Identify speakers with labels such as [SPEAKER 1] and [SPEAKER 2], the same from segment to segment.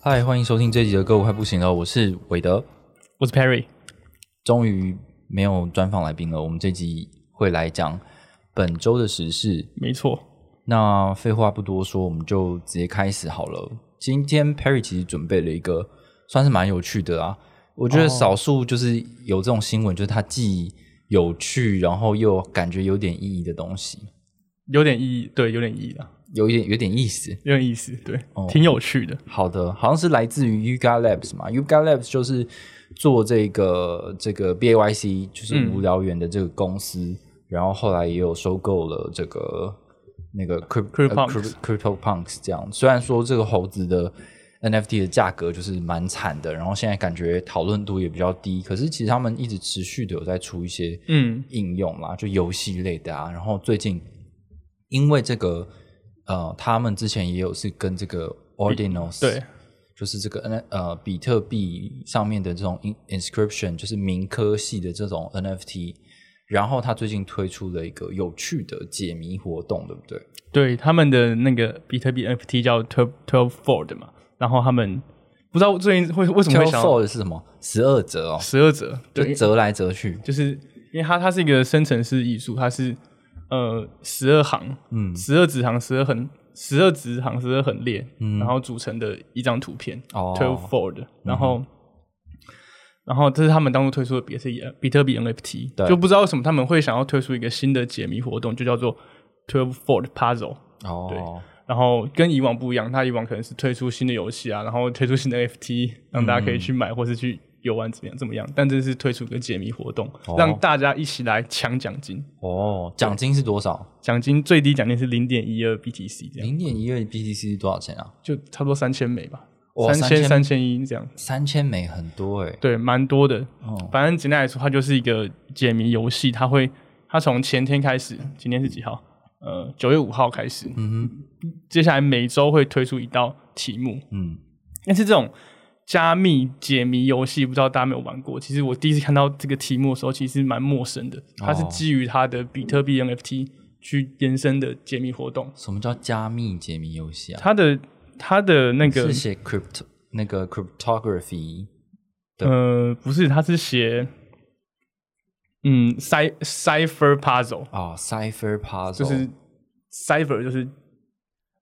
[SPEAKER 1] 嗨，欢迎收听这集的歌，我快不行哦了，我是韦德。
[SPEAKER 2] 我是 Perry。
[SPEAKER 1] 终于没有专访来宾了，我们这集会来讲本周的时事。
[SPEAKER 2] 没错，
[SPEAKER 1] 那废话不多说，我们就直接开始好了。今天 Perry 其实准备了一个算是蛮有趣的啊，我觉得
[SPEAKER 2] 哦
[SPEAKER 1] 少数就是有这种新闻，就是它既有趣，然后又感觉有点意义的东西，
[SPEAKER 2] 有点意义，对，有点意义的，
[SPEAKER 1] 有一点有点意思。
[SPEAKER 2] 有点意思，对，
[SPEAKER 1] 哦
[SPEAKER 2] 挺有趣的。
[SPEAKER 1] 好的，好像是来自于 Yuga Labs 嘛，Yuga Labs 就是做这个这个 BAYC，就是
[SPEAKER 2] 嗯
[SPEAKER 1] 无聊猿的这个公司，然后后来也有收购了这个那个 Crypto
[SPEAKER 2] CryptoPunks
[SPEAKER 1] Crypto Punks 这样。虽然说这个猴子的 NFT 的价格就是蛮惨的，然后现在感觉讨论度也比较低，可是其实他们一直持续的有在出一些
[SPEAKER 2] 嗯
[SPEAKER 1] 应用啦，就游戏类的啊。然后最近因为这个呃，他们之前也有是跟这个 Ordinals
[SPEAKER 2] 对，
[SPEAKER 1] 就是这个 N 呃比特币上面的这种 in- inscription，就是民科系的这种 NFT。然后他最近推出了一个有趣的解谜活动，对不对？
[SPEAKER 2] 对，他们的那个比特币 NFT 叫 Twelve Twelve Ford 嘛，然后他们不知道最近会为什么会想
[SPEAKER 1] Fold 是什么？十二折哦，
[SPEAKER 2] 十二折，
[SPEAKER 1] 就
[SPEAKER 2] 对，
[SPEAKER 1] 折来折去。
[SPEAKER 2] 就是因为它它是一个生成式艺术，它是呃十二行，
[SPEAKER 1] 嗯
[SPEAKER 2] 十二直行，十二横，十二直行，十二横列，
[SPEAKER 1] 嗯
[SPEAKER 2] 然后组成的一张图片
[SPEAKER 1] 哦
[SPEAKER 2] ，Twelve Fold，然后。然后这是他们当初推出的比特币比特币 NFT，
[SPEAKER 1] 对
[SPEAKER 2] 就不知道为什么他们会想要推出一个新的解谜活动，就叫做 Twelve Fold Puzzle。
[SPEAKER 1] 哦，
[SPEAKER 2] 然后跟以往不一样，它以往可能是推出新的游戏啊，然后推出新的 NFT，让大家可以去买或是去游玩怎么样怎么样。但这是推出一个解谜活动，
[SPEAKER 1] 嗯哦
[SPEAKER 2] 让大家一起来抢奖金，
[SPEAKER 1] 哦，奖金是多少？
[SPEAKER 2] 奖金最低奖金是零点一二 BTC 这样，
[SPEAKER 1] 零点一二 BTC 是多少钱啊？哦
[SPEAKER 2] 就差不多三千美吧，
[SPEAKER 1] 哇
[SPEAKER 2] 三千
[SPEAKER 1] 3000
[SPEAKER 2] 三千一这样，
[SPEAKER 1] 三千美很多哎、
[SPEAKER 2] 对，蛮多的。
[SPEAKER 1] 哦，
[SPEAKER 2] 反正简单来说，它就是一个解谜游戏，它会它从前天开始，今天是几号？呃，九月五号开始，
[SPEAKER 1] 嗯
[SPEAKER 2] 接下来每周会推出一道题目，
[SPEAKER 1] 哼，嗯，
[SPEAKER 2] 但是这种加密解谜游戏，不知道大家有没有玩过？其实我第一次看到这个题目的时候，其实蛮陌生
[SPEAKER 1] 哦
[SPEAKER 2] 的。它是基于它的比特币 NFT 去延伸的解谜活动。
[SPEAKER 1] 什么叫加密解谜游戏啊？
[SPEAKER 2] 它的它的那个
[SPEAKER 1] 是写 crypt 那个 cryptography 的
[SPEAKER 2] 呃，不是，它是写嗯，cy cipher puzzle，
[SPEAKER 1] 啊、c y p h e r puzzle，
[SPEAKER 2] 就是 cipher 就是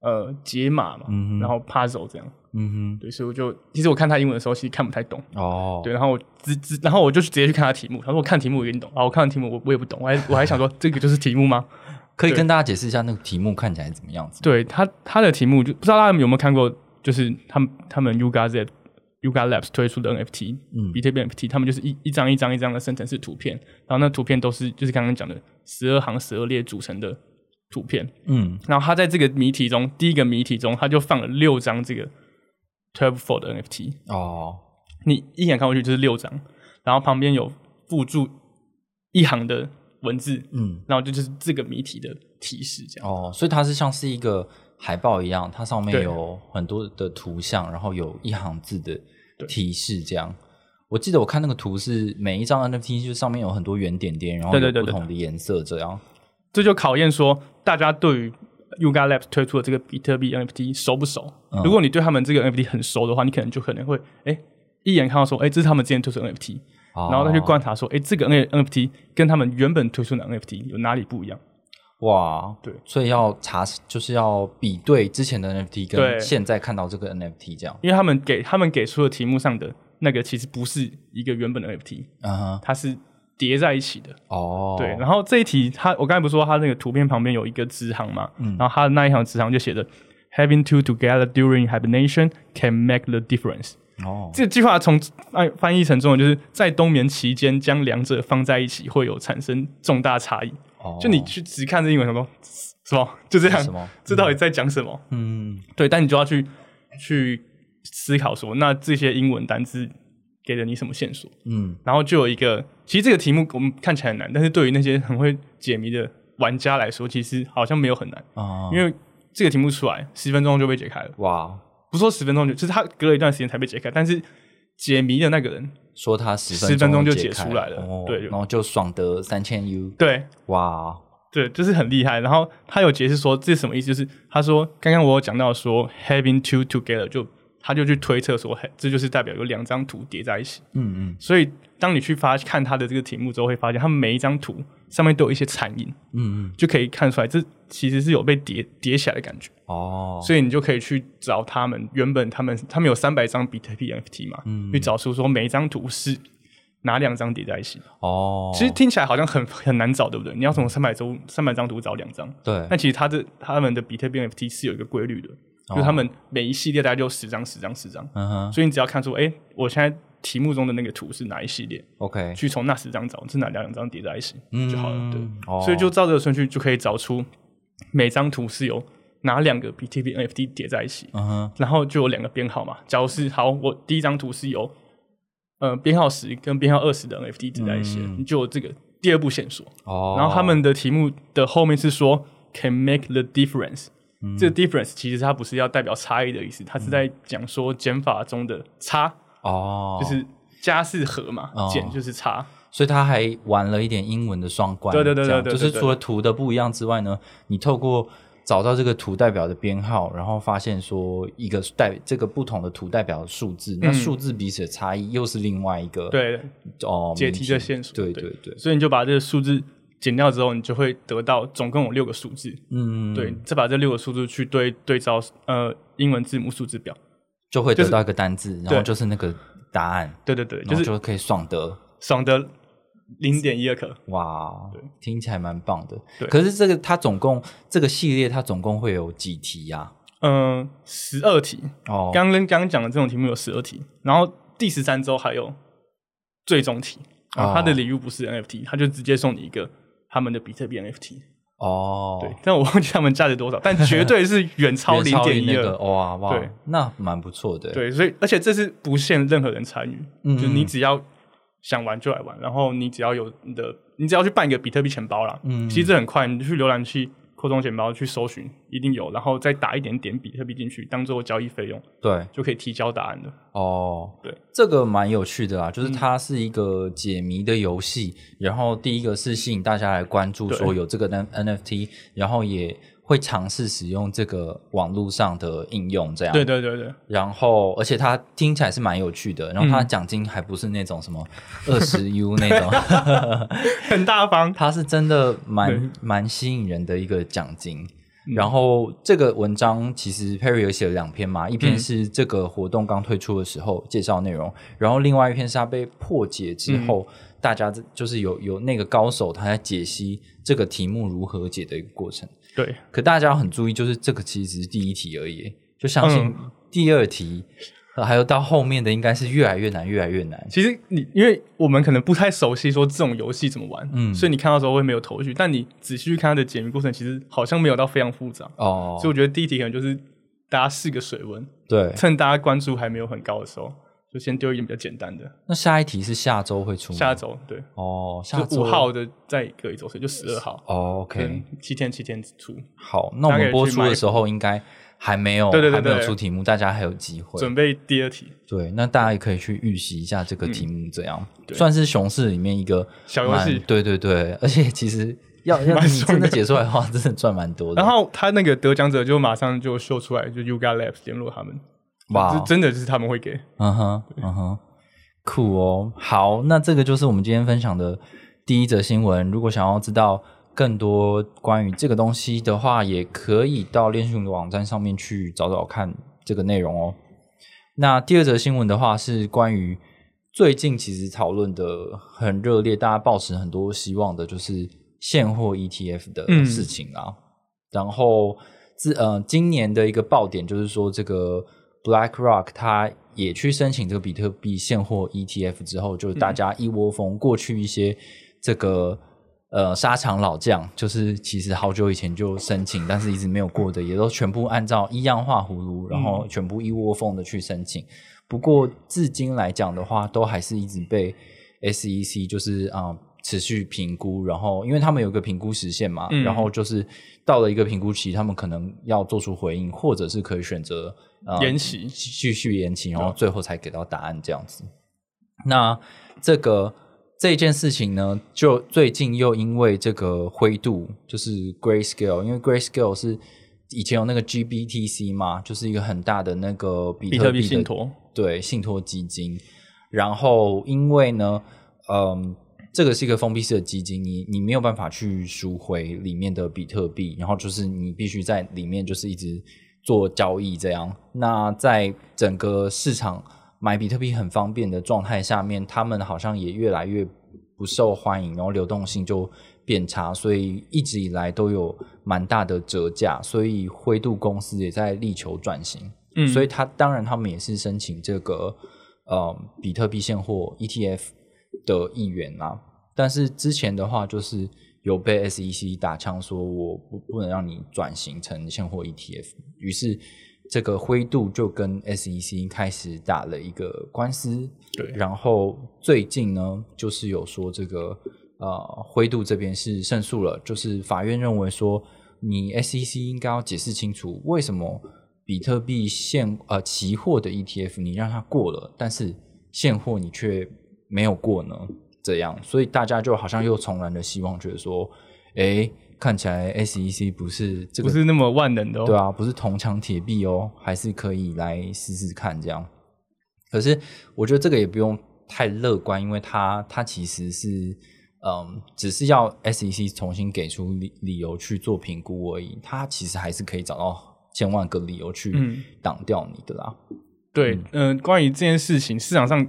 [SPEAKER 2] 呃解码嘛，
[SPEAKER 1] 嗯哼
[SPEAKER 2] 然后 puzzle 这样。
[SPEAKER 1] 嗯
[SPEAKER 2] 对，所以我就其实我看它英文的时候，其实看不太懂。
[SPEAKER 1] 哼，哦，
[SPEAKER 2] 对，，然后我直直，然后我就去直接去看他题目。他说我看题目我也懂，啊，我看完题目我我也不懂，我还我还想说这个就是题目吗？
[SPEAKER 1] 可以
[SPEAKER 2] 对
[SPEAKER 1] 跟大家解释一下那个题目看起来怎么样子？
[SPEAKER 2] 对他他的题目就不知道大家有没有看过，就是他们他们 Yuga Z Yuga Labs 推出的 NFT，
[SPEAKER 1] 嗯
[SPEAKER 2] 比特币 NFT，他们就是一一张一张一张的生成式图片，然后那图片都是就是刚刚讲的十二行十二列组成的图片。
[SPEAKER 1] 嗯，
[SPEAKER 2] 然后他在这个谜题中，第一个谜题中，他就放了六张这个 Twelve Four 的 NFT，
[SPEAKER 1] 哦，
[SPEAKER 2] 你一眼看过去就是六张，然后旁边有附注一行的文字，
[SPEAKER 1] 嗯，
[SPEAKER 2] 然后这就是这个谜题的提示，这样。
[SPEAKER 1] 哦，所以它是像是一个海报一样，它上面
[SPEAKER 2] 对
[SPEAKER 1] 有很多的图像，然后有一行字的
[SPEAKER 2] 对
[SPEAKER 1] 提示，这样。我记得我看那个图是每一张 NFT 就是上面有很多圆点点，然后
[SPEAKER 2] 对对
[SPEAKER 1] 有
[SPEAKER 2] 对
[SPEAKER 1] 不
[SPEAKER 2] 对
[SPEAKER 1] 同的颜色，这样。
[SPEAKER 2] 这就考验说大家对于 Yuga Labs 推出的这个比特币 NFT 熟不熟？
[SPEAKER 1] 嗯
[SPEAKER 2] 如果你对他们这个 NFT 很熟的话，你可能就可能会哎一眼看到说哎这是他们之前推出的 NFT，、
[SPEAKER 1] 哦
[SPEAKER 2] 然后再去观察说哎这个 N NFT 跟他们原本推出的 NFT 有哪里不一样？
[SPEAKER 1] 哇，
[SPEAKER 2] 对
[SPEAKER 1] 所以要查，就是要比对之前的 NFT 跟
[SPEAKER 2] 对
[SPEAKER 1] 现在看到这个 NFT 这样。
[SPEAKER 2] 因为他们给他们给出的题目上的那个其实不是一个原本的 NFT，
[SPEAKER 1] 嗯哼，
[SPEAKER 2] 它是叠在一起的。
[SPEAKER 1] 哦，
[SPEAKER 2] 对，然后这一题它，我刚才不是说它那个图片旁边有一个支行嘛，
[SPEAKER 1] 嗯
[SPEAKER 2] 然后它的那一行支行就写着 “Having two together during hibernation can make the difference”。
[SPEAKER 1] 哦，
[SPEAKER 2] 这句话从翻翻译成中文就是在冬眠期间将两者放在一起会有产生重大差异。
[SPEAKER 1] 哦
[SPEAKER 2] 就你去只看这英文，想说什么就这样，
[SPEAKER 1] 什么
[SPEAKER 2] 这到底在讲什么？
[SPEAKER 1] 嗯，
[SPEAKER 2] 对，但你就要去去思考说，那这些英文单字给了你什么线索？
[SPEAKER 1] 嗯，
[SPEAKER 2] 然后就有一个，其实这个题目我们看起来很难，但是对于那些很会解谜的玩家来说，其实好像没有很难，
[SPEAKER 1] 啊、
[SPEAKER 2] 因为这个题目出来十分钟就被解开了，
[SPEAKER 1] 哇，
[SPEAKER 2] 不说十分钟就，就是他隔了一段时间才被解开，但是解谜的那个人，
[SPEAKER 1] 说他十
[SPEAKER 2] 10分钟就
[SPEAKER 1] 解
[SPEAKER 2] 解
[SPEAKER 1] 开
[SPEAKER 2] 出来了
[SPEAKER 1] 哦
[SPEAKER 2] 对
[SPEAKER 1] 然后就爽得三千 U，
[SPEAKER 2] 对
[SPEAKER 1] 哇，
[SPEAKER 2] 对，就是很厉害。然后他有解释说这是什么意思，就是他说刚刚我有讲到说 having two together，就他就去推测说嘿这就是代表有两张图叠在一起。
[SPEAKER 1] 嗯嗯
[SPEAKER 2] 所以当你去发看他的这个题目之后，会发现他们每一张图上面都有一些残影，
[SPEAKER 1] 嗯嗯，
[SPEAKER 2] 就可以看出来这其实是有被叠叠起来的感觉。
[SPEAKER 1] 哦，
[SPEAKER 2] 所以你就可以去找他们原本他们他们有三百张比特币 NFT 嘛，
[SPEAKER 1] 嗯
[SPEAKER 2] 去找出说每一张图是哪两张叠在一起。
[SPEAKER 1] 哦，
[SPEAKER 2] 其实听起来好像很很难找，对不对？你要从三百周三百张图找两张，
[SPEAKER 1] 对
[SPEAKER 2] 但，其实它这他们的比特币 NFT 是有一个规律的，
[SPEAKER 1] 哦
[SPEAKER 2] 就是他们每一系列大概就十张、十张、十张，
[SPEAKER 1] 嗯哼
[SPEAKER 2] 所以你只要看出，哎、我现在题目中的那个图是哪一系列，
[SPEAKER 1] ，OK，
[SPEAKER 2] 去从那十张找是哪两张叠在一起
[SPEAKER 1] 嗯
[SPEAKER 2] 就好了，对。
[SPEAKER 1] 哦
[SPEAKER 2] 所以就照这个顺序就可以找出每张图是由哪两个比特币 NFT 叠在一起，
[SPEAKER 1] 嗯哼，
[SPEAKER 2] 然后就有两个编号嘛。假如是好，我第一张图是由呃编号十跟编号二十的 NFT 叠在一起的，
[SPEAKER 1] 嗯
[SPEAKER 2] 你就有这个第二步线索。
[SPEAKER 1] 哦，
[SPEAKER 2] 然后他们的题目的后面是说 can make the difference。这个
[SPEAKER 1] 嗯
[SPEAKER 2] difference 其实它不是要代表差异的意思，它是在讲说减法中的差，
[SPEAKER 1] 哦，
[SPEAKER 2] 就是加是和嘛，
[SPEAKER 1] 哦
[SPEAKER 2] 减就是差。
[SPEAKER 1] 所以他还玩了一点英文的双关，
[SPEAKER 2] 对对对
[SPEAKER 1] 这样
[SPEAKER 2] 对对
[SPEAKER 1] 就
[SPEAKER 2] 对
[SPEAKER 1] 是
[SPEAKER 2] 对
[SPEAKER 1] 除了图的不一样之外呢，你透过找到这个图代表的编号，然后发现说一个代这个不同的图代表的数字，那数字彼此的差异又是另外一个
[SPEAKER 2] 嗯对，
[SPEAKER 1] 哦
[SPEAKER 2] 解题的线索
[SPEAKER 1] 对
[SPEAKER 2] 对
[SPEAKER 1] 对对，
[SPEAKER 2] 所以你就把这个数字减掉之后，你就会得到总共有六个数字。
[SPEAKER 1] 嗯，
[SPEAKER 2] 对，，再把这六个数字去对对照呃英文字母数字表。
[SPEAKER 1] 就会
[SPEAKER 2] 就
[SPEAKER 1] 得
[SPEAKER 2] 是
[SPEAKER 1] 到一个单字，然后就是那个答案，
[SPEAKER 2] 对对对，
[SPEAKER 1] 然
[SPEAKER 2] 就
[SPEAKER 1] 后
[SPEAKER 2] 是
[SPEAKER 1] 就可以爽得。
[SPEAKER 2] 爽的零点一二克。
[SPEAKER 1] 哇，听起来蛮棒的。
[SPEAKER 2] 对
[SPEAKER 1] 可是这个它总共这个系列它总共会有几题呀、
[SPEAKER 2] 嗯，十二题，
[SPEAKER 1] 哦，
[SPEAKER 2] 刚跟刚刚讲的这种题目有十二题，然后第十三周还有最终题。啊
[SPEAKER 1] 哦，
[SPEAKER 2] 它的礼物不是 NFT，它就直接送你一个他们的比特币 NFT。
[SPEAKER 1] 哦，
[SPEAKER 2] 对，但我忘记他们价值多少，但绝对是远超
[SPEAKER 1] 远
[SPEAKER 2] 零点
[SPEAKER 1] 于
[SPEAKER 2] 一
[SPEAKER 1] 那
[SPEAKER 2] 二
[SPEAKER 1] 个。哇哇
[SPEAKER 2] 对，
[SPEAKER 1] 那蛮不错的。，
[SPEAKER 2] 对，所以而且这是不限任何人参与，
[SPEAKER 1] 嗯
[SPEAKER 2] 就是你只要想玩就来玩，然后你只要有你的，你只要去办一个比特币钱包啦，
[SPEAKER 1] 嗯
[SPEAKER 2] 其实这很快，你去浏览器扩充钱包去搜寻，一定有，然后再打一点点比特币进去当做交易费用，
[SPEAKER 1] 对
[SPEAKER 2] 就可以提交答案的。
[SPEAKER 1] 哦，
[SPEAKER 2] 对，嗯
[SPEAKER 1] 这个蛮有趣的啊，就是它是一个解谜的游戏，然后第一个是吸引大家来关注，
[SPEAKER 2] 对
[SPEAKER 1] 说有这个 N NFT，然后也会尝试使用这个网络上的应用，这样
[SPEAKER 2] 对对对对，
[SPEAKER 1] 然后，而且它听起来是蛮有趣的，然后
[SPEAKER 2] 嗯
[SPEAKER 1] 它的奖金还不是那种什么二十 U 那 种，
[SPEAKER 2] 很大方。
[SPEAKER 1] 它是真的蛮
[SPEAKER 2] 对嗯
[SPEAKER 1] 蛮吸引人的一个奖金。然后这个文章其实 Perry 有写了两篇
[SPEAKER 2] 嗯
[SPEAKER 1] 嘛，一篇是这个活动刚推出的时候介绍内容，然后另外一篇是他被破解之后，
[SPEAKER 2] 嗯
[SPEAKER 1] 大家这就是有有那个高手他在解析这个题目如何解的一个过程。
[SPEAKER 2] 对，
[SPEAKER 1] 可大家要很注意，就是这个其实只是第一题而已，就相信
[SPEAKER 2] 嗯
[SPEAKER 1] 第二题、呃还有到后面的应该是越来越难，越来越难。
[SPEAKER 2] 其实你因为我们可能不太熟悉说这种游戏怎么玩，
[SPEAKER 1] 嗯
[SPEAKER 2] 所以你看到的时候会没有头绪，但你仔细去看它的解谜过程，其实好像没有到非常复杂，
[SPEAKER 1] 哦
[SPEAKER 2] 所以，我觉得第一题可能就是大家试个水温，
[SPEAKER 1] 对。
[SPEAKER 2] 趁大家关注还没有很高的时候，就先丢一点比较简单的。
[SPEAKER 1] 那下一题是下周会出吗
[SPEAKER 2] 下周对，
[SPEAKER 1] 哦，嗯下
[SPEAKER 2] 就
[SPEAKER 1] 周
[SPEAKER 2] 五号的再隔一周，所以就十二号。
[SPEAKER 1] 哦，OK，
[SPEAKER 2] 嗯，七天七天出，
[SPEAKER 1] 好，那我
[SPEAKER 2] 大家
[SPEAKER 1] 们
[SPEAKER 2] 可以
[SPEAKER 1] 播
[SPEAKER 2] 去
[SPEAKER 1] 出的
[SPEAKER 2] 买
[SPEAKER 1] 时候应该还没有，
[SPEAKER 2] 对对对
[SPEAKER 1] 还没有
[SPEAKER 2] 对
[SPEAKER 1] 出题目，大家还有机会。
[SPEAKER 2] 准备第二题。
[SPEAKER 1] 对，那大家也可以去预习一下这个题目，这样、
[SPEAKER 2] 嗯对
[SPEAKER 1] 算是熊市里面一个
[SPEAKER 2] 小游
[SPEAKER 1] 蛮
[SPEAKER 2] 戏
[SPEAKER 1] 对对对，而且其实要要
[SPEAKER 2] 蛮
[SPEAKER 1] 你真
[SPEAKER 2] 爽
[SPEAKER 1] 的
[SPEAKER 2] 的
[SPEAKER 1] 解出来的话，真的赚蛮多的。
[SPEAKER 2] 然后他那个得奖者就马上就秀出来，就 Yuga Labs 联络他们，
[SPEAKER 1] 哇
[SPEAKER 2] 就，真的就是他们会给。
[SPEAKER 1] 嗯哼，嗯哼，酷哦。好，那这个就是我们今天分享的第一则新闻。如果想要知道更多关于这个东西的话，也可以到练习熊的网站上面去找找看这个内容哦。那第二则新闻的话是关于最近其实讨论的很热烈，大家抱持很多希望的，就是现货 ETF 的
[SPEAKER 2] 嗯
[SPEAKER 1] 事情啊。然后自呃今年的一个爆点就是说，这个 BlackRock 它也去申请这个比特 E 币现货 ETF 之后，就大家一窝蜂过去一些这个呃沙场老将，就是其实好久以前就申请，但是一直没有过的，也都全部按照一样画葫芦，然后全部一窝蜂的去申请。不过至今来讲的话，都还是一直被 SEC 就是啊、呃持续评估，然后因为他们有个评估时限嘛，
[SPEAKER 2] 嗯
[SPEAKER 1] 然后就是到了一个评估期，他们可能要做出回应，或者是可以选择、呃、
[SPEAKER 2] 延期
[SPEAKER 1] 继续延期，然后最后才给到答案这样子。那这个这件事情呢，就最近又因为这个灰度，就是 Grayscale，因为 Grayscale 是以前有那个 GBTC 嘛，就是一个很大的那个比
[SPEAKER 2] 比
[SPEAKER 1] 特
[SPEAKER 2] 特
[SPEAKER 1] 币
[SPEAKER 2] 币
[SPEAKER 1] 的
[SPEAKER 2] 信托，
[SPEAKER 1] 对信托基金。然后因为呢，嗯，这个是一个封闭式的基金，你你没有办法去赎回里面的比特币，然后就是你必须在里面就是一直做交易这样。那在整个市场买比特币很方便的状态下面，他们好像也越来越不受欢迎，然后流动性就变差，所以一直以来都有蛮大的折价，所以灰度公司也在力求转型。
[SPEAKER 2] 嗯，
[SPEAKER 1] 所以他当然他们也是申请这个呃比特币现货 ETF 的一员啦、但是之前的话，就是有被 SEC 打枪说我不不能让你转型成现货 ETF，于是这个灰度就跟 SEC 开始打了一个官司。
[SPEAKER 2] 对
[SPEAKER 1] 然后最近呢，就是有说这个呃灰度这边是胜诉了，就是法院认为说你 SEC 应该要解释清楚为什么比特币现呃期货的 ETF 你让它过了，但是现货你却没有过呢？这样，所以大家就好像又重燃了希望，觉得说，哎，看起来 SEC 不是这个
[SPEAKER 2] 不是那么万能的、哦，
[SPEAKER 1] 对啊，不是铜墙铁壁哦，还是可以来试试看这样。可是我觉得这个也不用太乐观，因为它它其实是嗯，只是要 SEC 重新给出理理由去做评估而已，它其实还是可以找到千万个理由去
[SPEAKER 2] 嗯
[SPEAKER 1] 挡掉你的啦。
[SPEAKER 2] 对，嗯、关于这件事情，市场上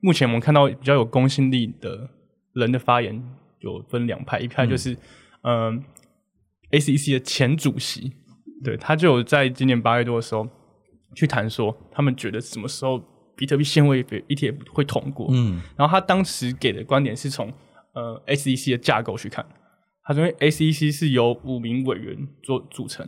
[SPEAKER 2] 目前我们看到比较有公信力的人的发言有分两派，一派就是嗯、呃 SEC 的前主席，对他就有在今年八月多的时候去谈说，他们觉得什么时候比特币现货 ETF 会通过，
[SPEAKER 1] 嗯
[SPEAKER 2] 然后他当时给的观点是从呃 SEC 的架构去看，他哎认为 SEC E 是由五名委员做组成，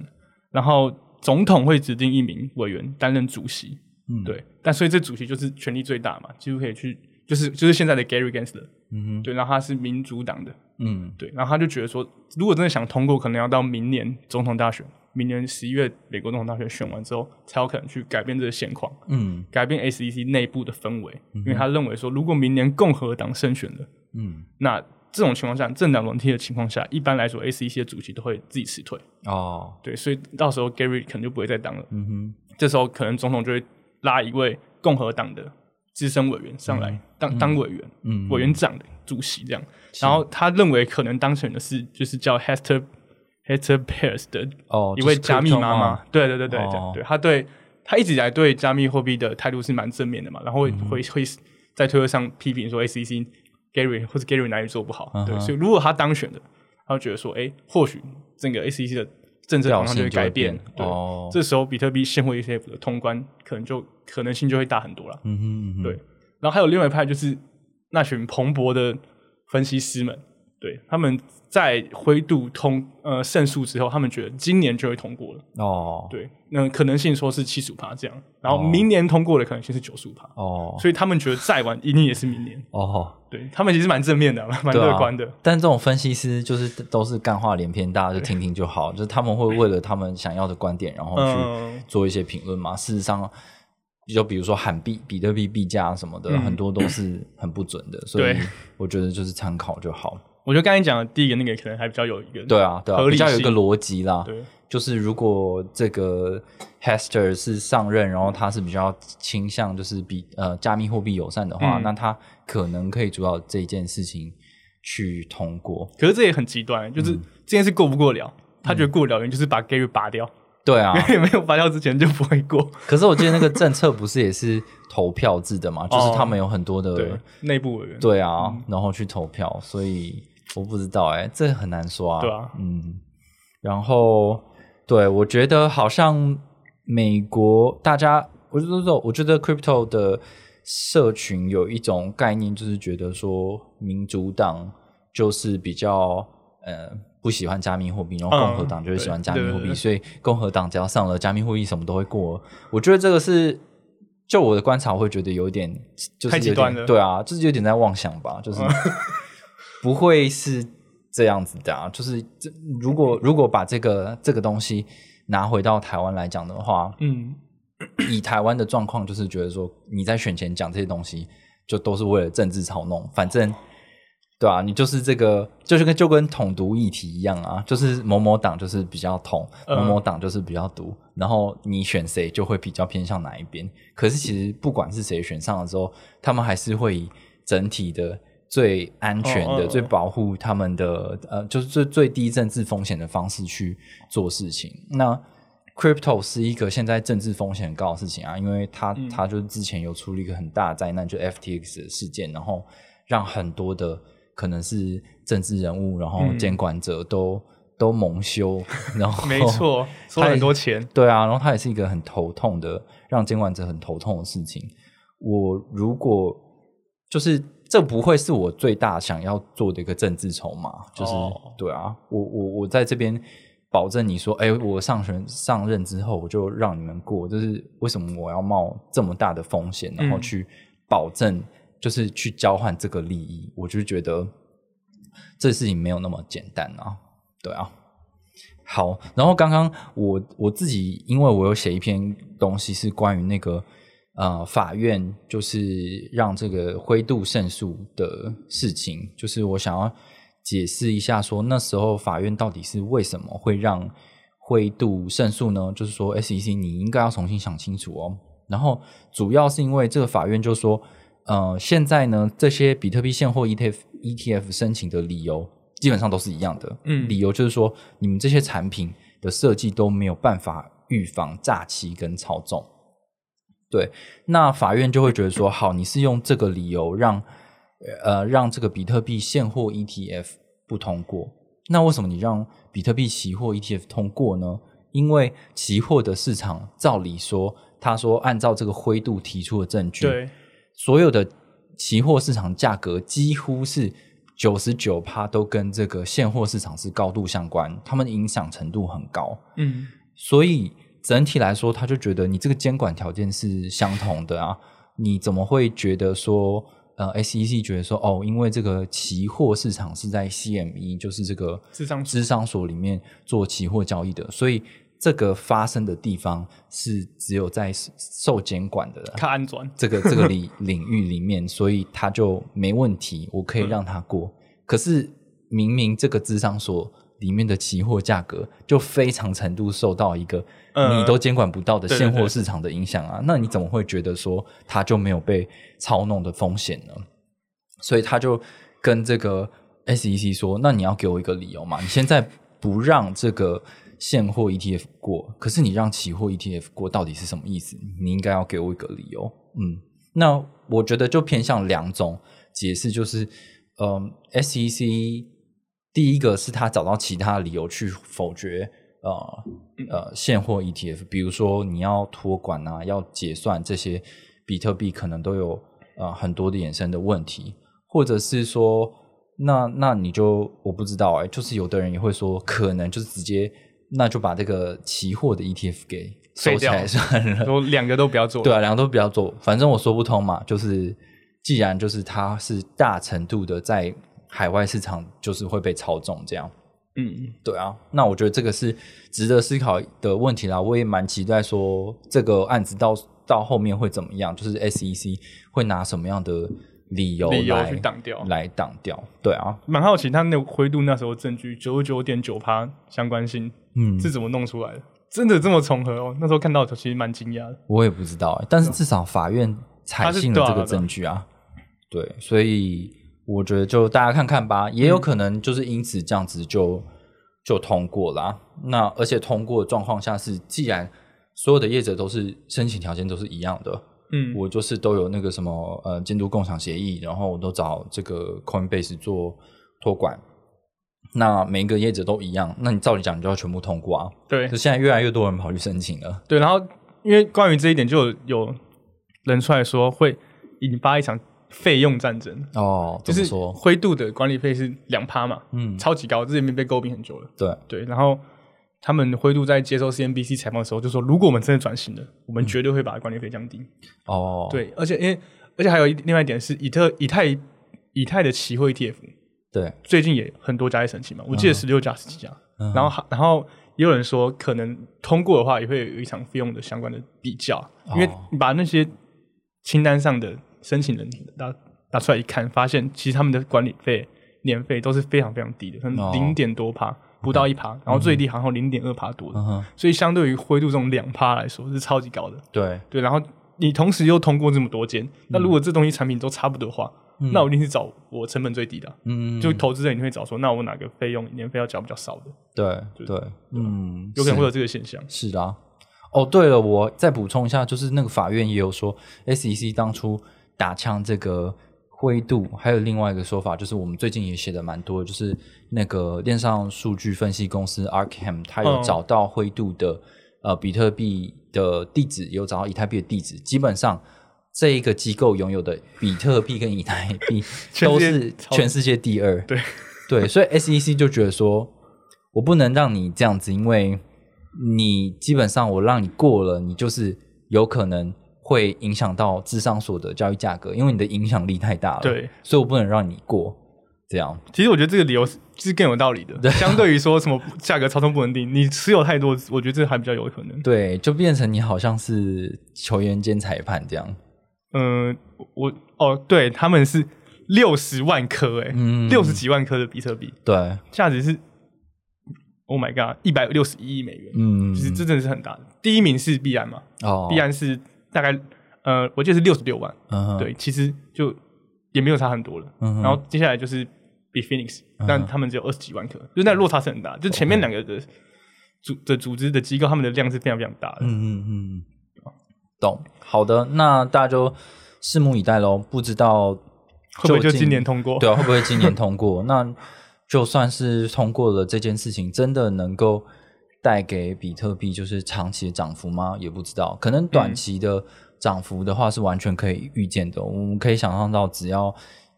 [SPEAKER 2] 然后总统会指定一名委员担任主席，
[SPEAKER 1] 嗯，，
[SPEAKER 2] 对，但所以这主席就是权力最大嘛，几乎可以去，就是就是现在的 Gary Gensler，
[SPEAKER 1] 嗯哼，
[SPEAKER 2] 对，然后他是民主党的，
[SPEAKER 1] 嗯
[SPEAKER 2] 对，然后他就觉得说，如果真的想通过，可能要到明年总统大选，明年十一月美国总统大选选完之后，才有可能去改变这个现况。
[SPEAKER 1] 嗯
[SPEAKER 2] 改变 SEC 内部的氛围，因为他认为说，如果明年共和党胜选了，
[SPEAKER 1] 嗯，
[SPEAKER 2] 那这种情况下，政党轮替的情况下，一般来说 SEC 的主席都会自己辞退，
[SPEAKER 1] 哦，
[SPEAKER 2] 对，所以到时候 Gary 可能就不会再当了，
[SPEAKER 1] 嗯哼，
[SPEAKER 2] 这时候可能总统就会拉一位共和党的资深委员上来、当当委员、
[SPEAKER 1] 嗯，
[SPEAKER 2] 委员长的主席这样，然后他认为可能当选的是就是叫 Hester Hester Peirce 的
[SPEAKER 1] 哦，
[SPEAKER 2] 一位
[SPEAKER 1] 就是
[SPEAKER 2] 加密妈妈，
[SPEAKER 1] Krypton 啊，
[SPEAKER 2] 对对对对对、
[SPEAKER 1] 哦
[SPEAKER 2] 对，他对他一直以来对加密货币的态度是蛮正面的嘛，然后会、
[SPEAKER 1] 嗯
[SPEAKER 2] 会会在推特上批评说 ACC Gary 或者 Gary 哪里做不好，
[SPEAKER 1] 嗯哼
[SPEAKER 2] 对，所以如果他当选的，他会觉得说，哎，或许整个 ACC 的政策
[SPEAKER 1] 调
[SPEAKER 2] 方向
[SPEAKER 1] 性
[SPEAKER 2] 就会
[SPEAKER 1] 就会
[SPEAKER 2] 改变，
[SPEAKER 1] 变
[SPEAKER 2] 对、
[SPEAKER 1] 哦
[SPEAKER 2] 这时候比特币现货 ETF 的通关可能就可能性就会大很多了，
[SPEAKER 1] 嗯哼嗯哼，
[SPEAKER 2] 对，然后还有另外一派就是那群蓬勃的分析师们，对，他们在灰度通呃胜诉之后，他们觉得今年就会通过了，
[SPEAKER 1] 哦，
[SPEAKER 2] 对，那可能性说是七十五趴这样，然后
[SPEAKER 1] 哦
[SPEAKER 2] 明年通过的可能性是九十五趴，
[SPEAKER 1] 哦，
[SPEAKER 2] 所以他们觉得再晚一定也是明 年，
[SPEAKER 1] 哦。
[SPEAKER 2] 对他们其实蛮正面的，蛮蛮
[SPEAKER 1] 对啊
[SPEAKER 2] 乐观的，
[SPEAKER 1] 但这种分析师就是都是干话连篇，大家就听听就好。 就是他们会为了他们想要的观点，然后去
[SPEAKER 2] 嗯
[SPEAKER 1] 做一些评论嘛。事实上，就比如说喊币、比特币币价什么的，
[SPEAKER 2] 嗯
[SPEAKER 1] 很多都是很不准 的。所以
[SPEAKER 2] 对
[SPEAKER 1] 我觉得就是参考就好。
[SPEAKER 2] 我觉得刚才讲的第一个那个可能还比较有一个
[SPEAKER 1] 对啊，对啊，
[SPEAKER 2] 合理
[SPEAKER 1] 比较有一个
[SPEAKER 2] 性
[SPEAKER 1] 逻辑啦。
[SPEAKER 2] 对
[SPEAKER 1] 就是如果这个 Hester 是上任，然后他是比较倾向就是比呃加密货币友善的话，
[SPEAKER 2] 嗯
[SPEAKER 1] 那他可能可以主导这件事情去通过。
[SPEAKER 2] 可是这也很极端，就是
[SPEAKER 1] 嗯
[SPEAKER 2] 这件事过不过了，他觉得过得了，原因就是把 Gary 拔掉
[SPEAKER 1] 对嗯啊，
[SPEAKER 2] ，Gary 没有拔掉之前就不会过，
[SPEAKER 1] 可是我记得那个政策不是也是投票制的嘛，就是他们有很多的、
[SPEAKER 2] 哦对，呃内部委员，
[SPEAKER 1] 对啊，然后去投票，所以我不知道哎、这很难说啊。
[SPEAKER 2] 对啊
[SPEAKER 1] 嗯，然后对我觉得好像美国大家，我就说，我觉得 crypto 的社群有一种概念，就是觉得说民主党。就是比较呃不喜欢加密货币，然后共和党就会喜欢加密货
[SPEAKER 2] 嗯对对
[SPEAKER 1] 币，
[SPEAKER 2] 对
[SPEAKER 1] 所以共和党只要上了加密货币，什么都会过。我觉得这个是。就我的观察，我会觉得有点就是
[SPEAKER 2] 太极
[SPEAKER 1] 有点
[SPEAKER 2] 端了嗯
[SPEAKER 1] 对啊，就是有点在妄想吧，就是不会是这样子的啊。就是这如果如果把这个这个东西拿回到台湾来讲的话，
[SPEAKER 2] 嗯，
[SPEAKER 1] 以台湾的状况，就是觉得说你在选前讲这些东西，就都是为了政治操弄，反正对啊，你就是这个，就是跟就跟统独议题一样啊，就是某某党就是比较统，
[SPEAKER 2] 嗯
[SPEAKER 1] 某某党就是比较独，然后你选谁就会比较偏向哪一边。可是其实不管是谁选上了之后，他们还是会以整体的。最安全
[SPEAKER 2] 哦
[SPEAKER 1] 的、
[SPEAKER 2] 哦哦
[SPEAKER 1] 最保护他们的呃，就是最最低政治风险的方式去做事情。那 crypto 是一个现在政治风险很高的事情啊，因为它、
[SPEAKER 2] 嗯
[SPEAKER 1] 它就是之前有出了一个很大的灾难，就 FTX 的事件，然后让很多的可能是政治人物，然后
[SPEAKER 2] 嗯
[SPEAKER 1] 监管者都、都蒙羞，然后
[SPEAKER 2] 没错，收了很多钱，
[SPEAKER 1] 对啊，然哦后它也是一个很头痛的，让监管者很头痛的事情。我如果就是这不会是我最大想要做的一个政治筹码，就是、
[SPEAKER 2] 哦
[SPEAKER 1] 对啊，我我我在这边保证你说，哎，我上选上任之后，我就让你们过，就是为什么我要冒这么大的风险，然后
[SPEAKER 2] 嗯
[SPEAKER 1] 去保证，就是去交换这个利益，我就觉得这事情没有那么简单啊，对啊。好，然后刚刚我我自己，因为我有写一篇东西是关于那个呃法院，就是让这个灰度胜诉的事情，就是我想要解释一下说，那时候法院到底是为什么会让灰度胜诉呢？就是说 SEC 你应该要重新想清楚哦。然后主要是因为这个法院就说，呃，现在呢这些比特币现货 E ETF ETF 申请的理由基本上都是一样的，
[SPEAKER 2] 嗯
[SPEAKER 1] 理由就是说你们这些产品的设计都没有办法预防诈欺跟操纵。对，那法院就会觉得说，好，你是用这个理由让呃让这个比特币现货 ETF 不通过，那为什么你让比特币期货 ETF 通过呢？因为期货的市场照理说，他说按照这个灰度提出的证据，
[SPEAKER 2] 对，
[SPEAKER 1] 所有的期货市场价格几乎是九十九趴都跟这个现货市场是高度相关，它们影响程度很高。
[SPEAKER 2] 嗯，
[SPEAKER 1] 所以整体来说，他就觉得你这个监管条件是相同的啊，你怎么会觉得说，呃，SEC 觉得说，哦，因为这个期货市场是在 CME，就是这个
[SPEAKER 2] 智商所
[SPEAKER 1] 智商所里面做期货交易的，所以这个发生的地方是只有在受监管的啊
[SPEAKER 2] 看 安转，
[SPEAKER 1] 这个这个领领域里面，所以他就没问题，我可以让他过。可是明明这个智商所里面的期货价格就非常程度受到一个
[SPEAKER 2] 嗯
[SPEAKER 1] 你都监管不到的
[SPEAKER 2] 对对
[SPEAKER 1] 现货
[SPEAKER 2] 对
[SPEAKER 1] 市场的影响啊，那你怎么会觉得说它就没有被操弄的风险呢？所以他就跟这个 SEC 说：“那你要给我一个理由嘛？你现在不让这个现货 ETF 过，可是你让期货 ETF 过，到底是什么意思？你应该要给我一个理由。”嗯，那我觉得就偏向两种解释，就是嗯，SEC 第一个是他找到其他理由去否决。呃
[SPEAKER 2] 嗯
[SPEAKER 1] 呃，现货 ETF，比如说你要托管啊，要结算这些比特币，可能都有呃很多的衍生的问题。或者是说，那那你就我不知道哎、就是有的人也会说，可能就是直接那就把这个期货的 ETF 给收起来
[SPEAKER 2] 废掉
[SPEAKER 1] 算了。
[SPEAKER 2] 说两个都不要做，
[SPEAKER 1] 对啊，两个都不要做，反正我说不通嘛。就是既然就是它是大程度的在海外市场就是会被操纵这样。
[SPEAKER 2] 嗯，
[SPEAKER 1] 对啊，那我觉得这个是值得思考的问题啦。我也蛮期待说这个案子到到后面会怎么样，就是 SEC 会拿什么样的理由
[SPEAKER 2] 理由
[SPEAKER 1] 来
[SPEAKER 2] 去挡掉
[SPEAKER 1] 来挡掉。对啊，
[SPEAKER 2] 蛮好奇他那个灰度那时候证据九十九点九趴相关性
[SPEAKER 1] 嗯，
[SPEAKER 2] 是怎么弄出来的？真的这么重合哦？那时候看到的时候其实蛮惊讶的。
[SPEAKER 1] 我也不知道欸、但是至少法院采
[SPEAKER 2] 他嗯是
[SPEAKER 1] 信
[SPEAKER 2] 对
[SPEAKER 1] 了
[SPEAKER 2] 啊
[SPEAKER 1] 这个
[SPEAKER 2] 对啊
[SPEAKER 1] 证据啊。对，所以我觉得就大家看看
[SPEAKER 2] 嗯
[SPEAKER 1] 吧，也有可能就是因此这样子就就通过啦。那而且通过的状况下是，既然所有的业者都是申请条件都是一样的，
[SPEAKER 2] 嗯，
[SPEAKER 1] 我就是都有那个什么呃监督共享协议，然后我都找这个 Coinbase 做托管。那每一个业者都一样，那你照理讲你就要全部通过啊。
[SPEAKER 2] 对
[SPEAKER 1] 就现在越来越多人跑去申请了，
[SPEAKER 2] 对，然后因为关于这一点就有有人出来说会引发一场费用战争，
[SPEAKER 1] 哦，
[SPEAKER 2] 就
[SPEAKER 1] 怎么
[SPEAKER 2] 是
[SPEAKER 1] 说？
[SPEAKER 2] 灰度的管理费是两趴嘛，
[SPEAKER 1] 嗯，
[SPEAKER 2] 超级高，这已经被诟病很久了。
[SPEAKER 1] 对，
[SPEAKER 2] 对，然后他们灰度在接受 CNBC 采访的时候就说，如果我们真的转型了，我们绝对会把管理费降低。
[SPEAKER 1] 哦，
[SPEAKER 2] 对，而且因为而且还有一另外一点是，以特以太以太的期货 ETF
[SPEAKER 1] 对，
[SPEAKER 2] 最近也很多家在申请嘛，我记得十六家十几家，
[SPEAKER 1] 嗯
[SPEAKER 2] 然后还然后也有人说可能通过的话也会有一场费用的相关的比较，因为
[SPEAKER 1] 哦
[SPEAKER 2] 你把那些清单上的申请人拿拿出来一看，发现其实他们的管理费年费都是非常非常低的，可
[SPEAKER 1] 哦
[SPEAKER 2] 能零点多趴。不到一趴，然后最低好像零点二趴多的，
[SPEAKER 1] 嗯哼，
[SPEAKER 2] 所以相对于灰度这种两趴来说是超级高的。
[SPEAKER 1] 对，
[SPEAKER 2] 对，然后你同时又通过这么多间，那
[SPEAKER 1] 嗯
[SPEAKER 2] 如果这东西产品都差不多的话，那我一定是找我成本最低的啊、
[SPEAKER 1] 嗯，
[SPEAKER 2] 就投资人你会找说，那我哪个费用年费要交比较少的，
[SPEAKER 1] 对
[SPEAKER 2] 就
[SPEAKER 1] 对，嗯，
[SPEAKER 2] 有可
[SPEAKER 1] 是
[SPEAKER 2] 能会有这个现象。
[SPEAKER 1] 是的啊。哦，对了，我再补充一下，就是那个法院也有说，SEC 当初打枪这个灰度，还有另外一个说法，就是我们最近也写的蛮多的，就是那个链上数据分析公司 Arkham，它有
[SPEAKER 2] 嗯
[SPEAKER 1] 找到灰度的、呃比特币的地址，也有找到以太币的地址，基本上。这一个机构拥有的比特币跟以太币
[SPEAKER 2] 全
[SPEAKER 1] 都
[SPEAKER 2] 世界
[SPEAKER 1] 是
[SPEAKER 2] 超
[SPEAKER 1] 全世界第二，
[SPEAKER 2] 对
[SPEAKER 1] 对，所以 SEC 就觉得说，我不能让你这样子，因为你基本上我让你过了，你就是有可能会影响到智商所得交易价格，因为你的影响力太大了。
[SPEAKER 2] 对，
[SPEAKER 1] 所以我不能让你过。这样
[SPEAKER 2] 其实我觉得这个理由是是更有道理的，相对于说什么 价格操纵不能定，你持有太多，我觉得这还比较有可能。
[SPEAKER 1] 对，就变成你好像是球员兼裁判这样。
[SPEAKER 2] 嗯、我哦，对，他们是六十万颗、欸，哎、
[SPEAKER 1] 嗯
[SPEAKER 2] 六十几万颗的比特币，
[SPEAKER 1] 对，
[SPEAKER 2] 价值是 Oh my God，一百六十一亿美元，
[SPEAKER 1] 嗯，
[SPEAKER 2] 其实这真的是很大的。第一名是币安嘛，
[SPEAKER 1] 哦，
[SPEAKER 2] 必，然是大概呃，我记得是六十六万，
[SPEAKER 1] 嗯哼，
[SPEAKER 2] 对，其实就也没有差很多了。
[SPEAKER 1] 嗯哼嗯
[SPEAKER 2] 然后接下来就是 b Phoenix，但他们只有二十几万颗，就是那落差是很大。就前面两个的组的组织的机构，他们的量是非常非常大的。
[SPEAKER 1] 嗯嗯嗯，懂。好的，那大家就拭目以待喽。不知道
[SPEAKER 2] 会不会就
[SPEAKER 1] 竟
[SPEAKER 2] 今年通过
[SPEAKER 1] 对啊，会不会今年通过？那就算是通过了这件事情，真的能够带给比特币就是长期的涨幅吗？也不知道。可能短期的涨幅的话是完全可以预见的。我们可以想象到，只要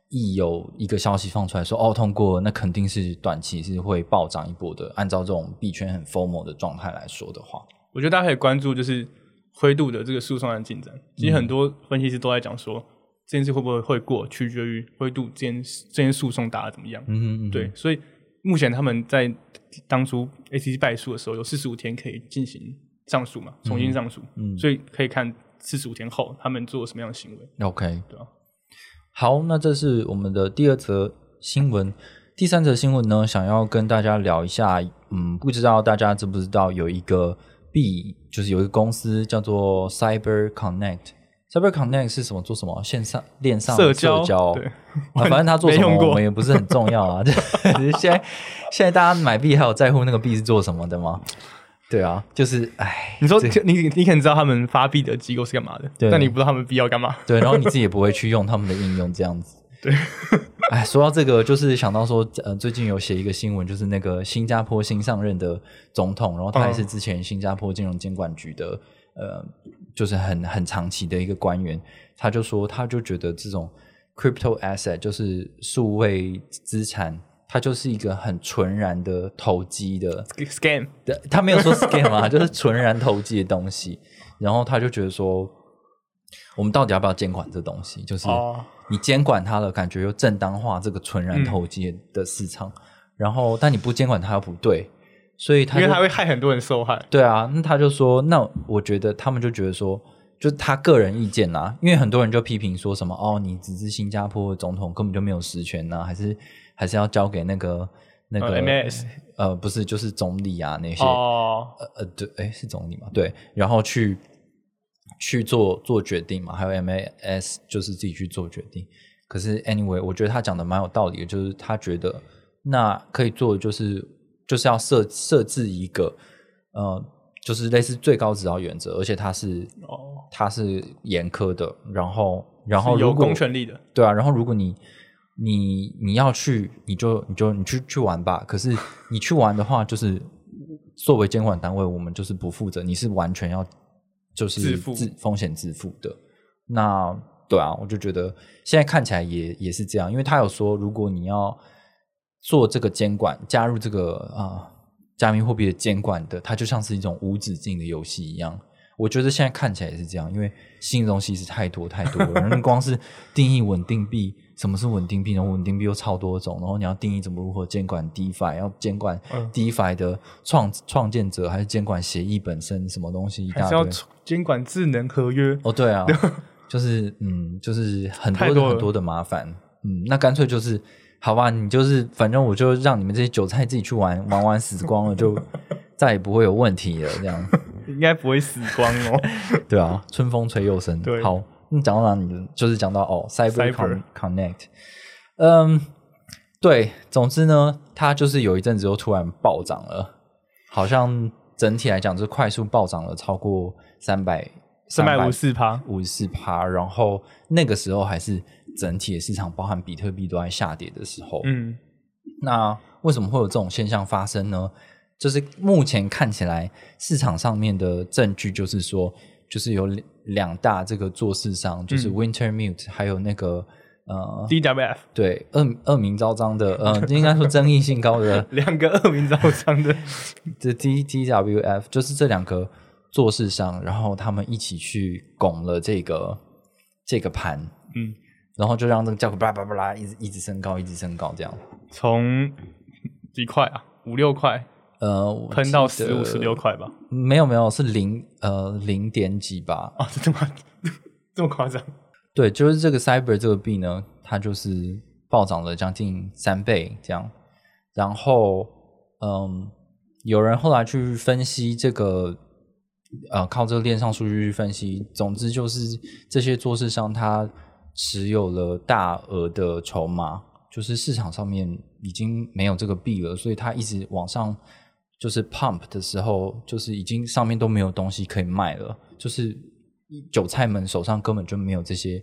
[SPEAKER 1] 一有一个消息放出来说哦通过了，那肯定是短期是会暴涨一波的。按照这种币圈很 formal 的状态来说的话，
[SPEAKER 2] 我觉得大家可以关注就是灰度的这个诉讼案的进展。其实很多分析师都在讲说，这件事会不会会过，取决于灰度这件这件诉讼打得怎么样。
[SPEAKER 1] 嗯嗯，
[SPEAKER 2] 对，所以目前他们在当初 ACC 败诉的时候，有四十五天可以进行上诉嘛，重新上诉，
[SPEAKER 1] 嗯
[SPEAKER 2] 所以可以看四十五天后他们做了什么样的行为。
[SPEAKER 1] OK，
[SPEAKER 2] 对啊
[SPEAKER 1] 好，那这是我们的第二则新闻。第三则新闻呢，想要跟大家聊一下，嗯，不知道大家知不知道有一个币，就是有一个公司叫做 Cyber Connect。Cyber Connect 是什么？做什么？线上链上
[SPEAKER 2] 社
[SPEAKER 1] 交？
[SPEAKER 2] 交对
[SPEAKER 1] 啊，反正他做
[SPEAKER 2] 没
[SPEAKER 1] 什么
[SPEAKER 2] 用过
[SPEAKER 1] 我们也不是很重要啊。 就只是现在现在大家买币还有在乎那个币是做什么的吗？对啊，就是唉，
[SPEAKER 2] 你说
[SPEAKER 1] 这
[SPEAKER 2] 你你可能知道他们发币的机构是干嘛的，
[SPEAKER 1] 对
[SPEAKER 2] 但你不知道他们币要干嘛。
[SPEAKER 1] 对，然后你自己也不会去用他们的应用，这样子。
[SPEAKER 2] 对，
[SPEAKER 1] 哎，说到这个，就是想到说，呃，最近有写一个新闻，就是那个新加坡新上任的总统，然后他也是之前新加坡金融监管局的，呃，就是很很长期的一个官员，他就说，他就觉得这种 crypto asset 就是数位资产，它就是一个很纯然的投机的
[SPEAKER 2] Scam，
[SPEAKER 1] 对他没有说 scam 啊， 就是纯然投机的东西。然后他就觉得说，我们到底要不要监管这东西？就是
[SPEAKER 2] 哦
[SPEAKER 1] 你监管它了，感觉又正当化这个纯然投机的市场。然后，但你不监管它又不对，所以他
[SPEAKER 2] 因为
[SPEAKER 1] 就
[SPEAKER 2] 他会害很多人受害。
[SPEAKER 1] 对啊，那他就说，那我觉得他们就觉得说，就是他个人意见啦、因为很多人就批评说什么哦，你只是新加坡的总统根本就没有实权呐、啊还是还是要交给那个那个、
[SPEAKER 2] 呃，MAS
[SPEAKER 1] 呃，不是就是总理啊那些
[SPEAKER 2] 哦，
[SPEAKER 1] 呃呃，对，哎，是总理嘛？对，然后去去做做决定嘛，还有 MAS 就是自己去做决定。可是 anyway，我觉得他讲的蛮有道理的，就是他觉得那可以做的就是就是要设设置一个呃，就是类似最高指导原则，而且它是
[SPEAKER 2] 哦
[SPEAKER 1] 它是严苛的，然后然后
[SPEAKER 2] 是有
[SPEAKER 1] 如果
[SPEAKER 2] 公权力的，
[SPEAKER 1] 对啊，然后如果你你你要去，你就你就你去去玩吧。可是你去玩的话，就是作为监管单位，我们就是不负责，你是完全要就是
[SPEAKER 2] 自负
[SPEAKER 1] 风险自负的。那对啊，我就觉得现在看起来也也是这样，因为他有说，如果你要做这个监管，加入这个啊、加密货币的监管的，它就像是一种无止境的游戏一样。我觉得现在看起来也是这样，因为新的东西是太多太多了。那光是 定义稳定币，什么是稳定币？然后稳定币又超多种，然后你要定义怎么如何监管 DeFi，要监管
[SPEAKER 2] 嗯
[SPEAKER 1] DeFi 的创创建者，还是监管协议本身什么东西一
[SPEAKER 2] 还
[SPEAKER 1] 大
[SPEAKER 2] 是要
[SPEAKER 1] 堆。
[SPEAKER 2] 监管智能合约。
[SPEAKER 1] 哦，对啊， 就是嗯，就是很
[SPEAKER 2] 太
[SPEAKER 1] 多
[SPEAKER 2] 多了
[SPEAKER 1] 很多的麻烦，嗯，那干脆就是好吧，你就是反正我就让你们这些韭菜自己去玩，玩完死光了就 再也不会有问题了，这样
[SPEAKER 2] 应该不会死光哦。
[SPEAKER 1] 对啊，春风吹又生。
[SPEAKER 2] 对
[SPEAKER 1] 好，你讲到哪里了？就是讲到哦，Cyber
[SPEAKER 2] Cyber
[SPEAKER 1] Con- Connect，嗯，对，总之呢，它就是有一阵子又突然暴涨了，好像整体来讲就是快速暴涨了超过 三百
[SPEAKER 2] 三百五四趴，
[SPEAKER 1] 五十四趴，然后那个时候还是整体的市场，包含比特币都在下跌的时候。，
[SPEAKER 2] 嗯，
[SPEAKER 1] 那为什么会有这种现象发生呢？就是目前看起来市场上面的证据就是说，就是有两两大这个做市商，就是
[SPEAKER 2] 嗯
[SPEAKER 1] Wintermute 还有那个呃，
[SPEAKER 2] DWF
[SPEAKER 1] 对恶恶名昭彰的呃， 应该说争议性高的
[SPEAKER 2] 两个恶名昭彰的，
[SPEAKER 1] 这 D D W F 就是这两个做市商，然后他们一起去拱了这个这个盘，
[SPEAKER 2] 嗯，
[SPEAKER 1] 然后就让这个价格巴拉巴拉巴拉一直一直升高，一直升高这样。
[SPEAKER 2] 从几块啊，五六块
[SPEAKER 1] 呃，我
[SPEAKER 2] 喷到
[SPEAKER 1] 记
[SPEAKER 2] 十
[SPEAKER 1] 得
[SPEAKER 2] 五、十六，块吧？
[SPEAKER 1] 没有没有，是零呃零点几吧？
[SPEAKER 2] 啊，真的吗？这么 夸张？
[SPEAKER 1] 对，就是这个 Cyber 这个币呢，它就是暴涨了将近三倍这样。然后，嗯，有人后来去分析这个，呃，靠这个链上数据去分析，总之就是这些做市商他持有了大额的筹码，就是市场上面已经没有这个币了，所以它一直往上就是 pump 的时候，就是已经上面都没有东西可以卖了，就是韭菜们手上根本就没有这些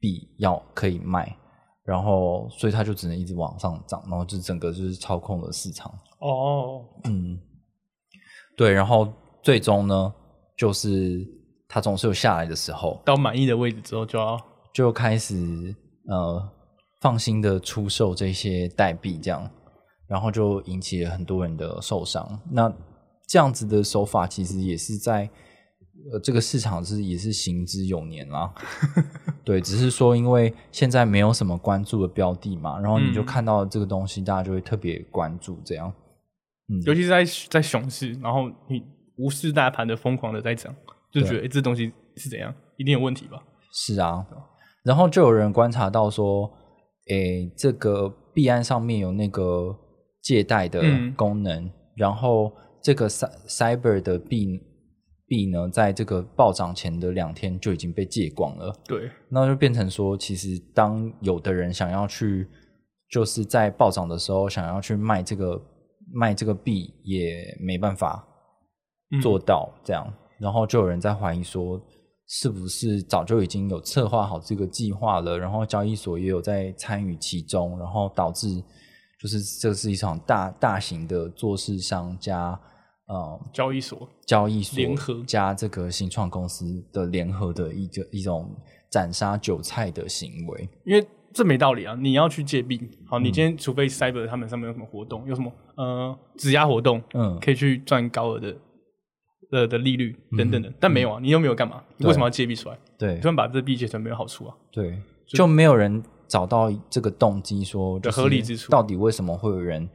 [SPEAKER 1] 币要可以卖。然后，所以它就只能一直往上涨，然后就整个就是操控了市场。
[SPEAKER 2] 哦，
[SPEAKER 1] 嗯，对，然后最终呢，就是它总是有下来的时候，
[SPEAKER 2] 到满意的位置之后就要
[SPEAKER 1] 就开始呃放心的出售这些代币，这样，然后就引起了很多人的受伤。那这样子的手法其实也是在呃这个市场是也是行之有年啦。对，只是说因为现在没有什么关注的标的嘛，然后你就
[SPEAKER 2] 嗯
[SPEAKER 1] 看到这个东西，大家就会特别关注这样。嗯，
[SPEAKER 2] 尤其是在在熊市，然后你无视大盘的疯狂的在涨，
[SPEAKER 1] 啊
[SPEAKER 2] 就觉得、诶这东西是怎样，一定有问题吧？
[SPEAKER 1] 是啊，然后就有人观察到说，诶，这个币安上面有那个借贷的
[SPEAKER 2] 嗯
[SPEAKER 1] 功能，然后这个 Cy- Cyber 的币币呢，在这个暴涨前的两天就已经被借光了。
[SPEAKER 2] 对，
[SPEAKER 1] 那就变成说，其实当有的人想要去，就是在暴涨的时候想要去卖这个卖这个币，也没办法
[SPEAKER 2] 嗯
[SPEAKER 1] 做到这样。然后就有人在怀疑说，是不是早就已经有策划好这个计划了，然后交易所也有在参与其中，然后导致就是这是一场大大型的做市商加呃
[SPEAKER 2] 交易所
[SPEAKER 1] 交易所
[SPEAKER 2] 联合
[SPEAKER 1] 加这个新创公司的联合的一个一种斩杀韭菜的行为。
[SPEAKER 2] 因为这没道理啊！你要去借币，好，
[SPEAKER 1] 嗯
[SPEAKER 2] 你今天除非 Cyber 他们上面有什么活动，有什么呃质押活动，
[SPEAKER 1] 嗯
[SPEAKER 2] 可以去赚高额的呃的的利率等等的，但没有啊，你又没有干嘛？你为什么要借币出来？
[SPEAKER 1] 嗯对
[SPEAKER 2] 突然把这币借出来没有好处啊？
[SPEAKER 1] 对，就没有人找到这个动机说
[SPEAKER 2] 的
[SPEAKER 1] 就是
[SPEAKER 2] 合理之处
[SPEAKER 1] 到底为什么会有人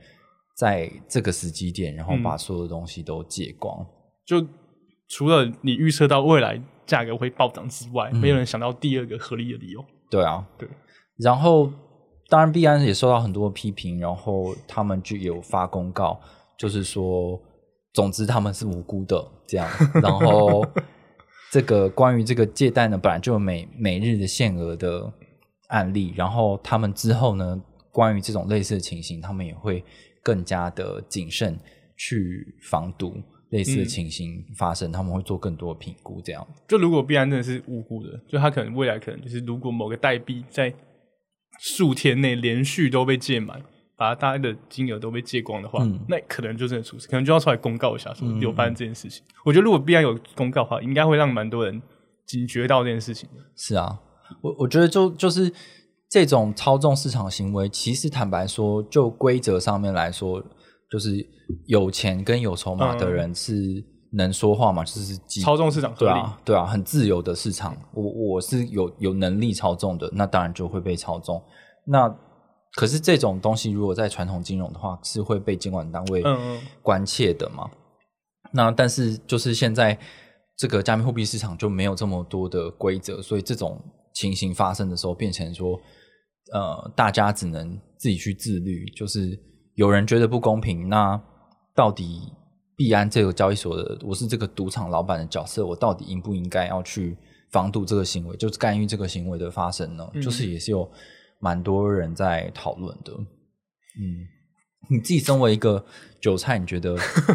[SPEAKER 1] 在这个时机点，
[SPEAKER 2] 嗯
[SPEAKER 1] 然后把所有的东西都借光？
[SPEAKER 2] 就除了你预测到未来价格会暴涨之
[SPEAKER 1] 嗯
[SPEAKER 2] 外，没有人想到第二个合理的理由。
[SPEAKER 1] 对啊，
[SPEAKER 2] 对。
[SPEAKER 1] 然后，当然，币安也受到很多批评，然后他们就有发公告，就是说，总之他们是无辜的这 样。然后，这个关于这个借贷呢，本来就有每每日的限额的案例，然后他们之后呢，关于这种类似的情形，他们也会更加的谨慎去防堵类似的
[SPEAKER 2] 嗯
[SPEAKER 1] 情形发生，他们会做更多的评估这样。
[SPEAKER 2] 就如果币安真的是无辜的，就他可能未来可能就是如果某个代币在数天内连续都被借满，把大家的金额都被借光的话，
[SPEAKER 1] 嗯
[SPEAKER 2] 那可能就真的出事，可能就要出来公告一下说
[SPEAKER 1] 嗯
[SPEAKER 2] 有发生这件事情。我觉得如果币安有公告的话，应该会让蛮多人警觉到这件事情的。
[SPEAKER 1] 是啊，我我觉得就就是这种操纵市场行为，其实坦白说，就规则上面来说，就是有钱跟有筹码的人是能说话嘛，就是几
[SPEAKER 2] 嗯操纵市场合
[SPEAKER 1] 对
[SPEAKER 2] 理。
[SPEAKER 1] 啊，对啊，很自由的市场，我我是有有能力操纵的，那当然就会被操纵。那可是这种东西，如果在传统金融的话，是会被监管单位
[SPEAKER 2] 嗯嗯
[SPEAKER 1] 关切的嘛？那但是就是现在这个加密货币市场就没有这么多的规则，所以这种情形发生的时候，变成说，呃，大家只能自己去自律。就是有人觉得不公平，那到底币安这个交易所的，我是这个赌场老板的角色，我到底应不应该要去防堵这个行为，就是干预这个行为的发生呢？
[SPEAKER 2] 嗯
[SPEAKER 1] 就是也是有蛮多人在讨论的。嗯，你自己身为一个韭菜，你觉得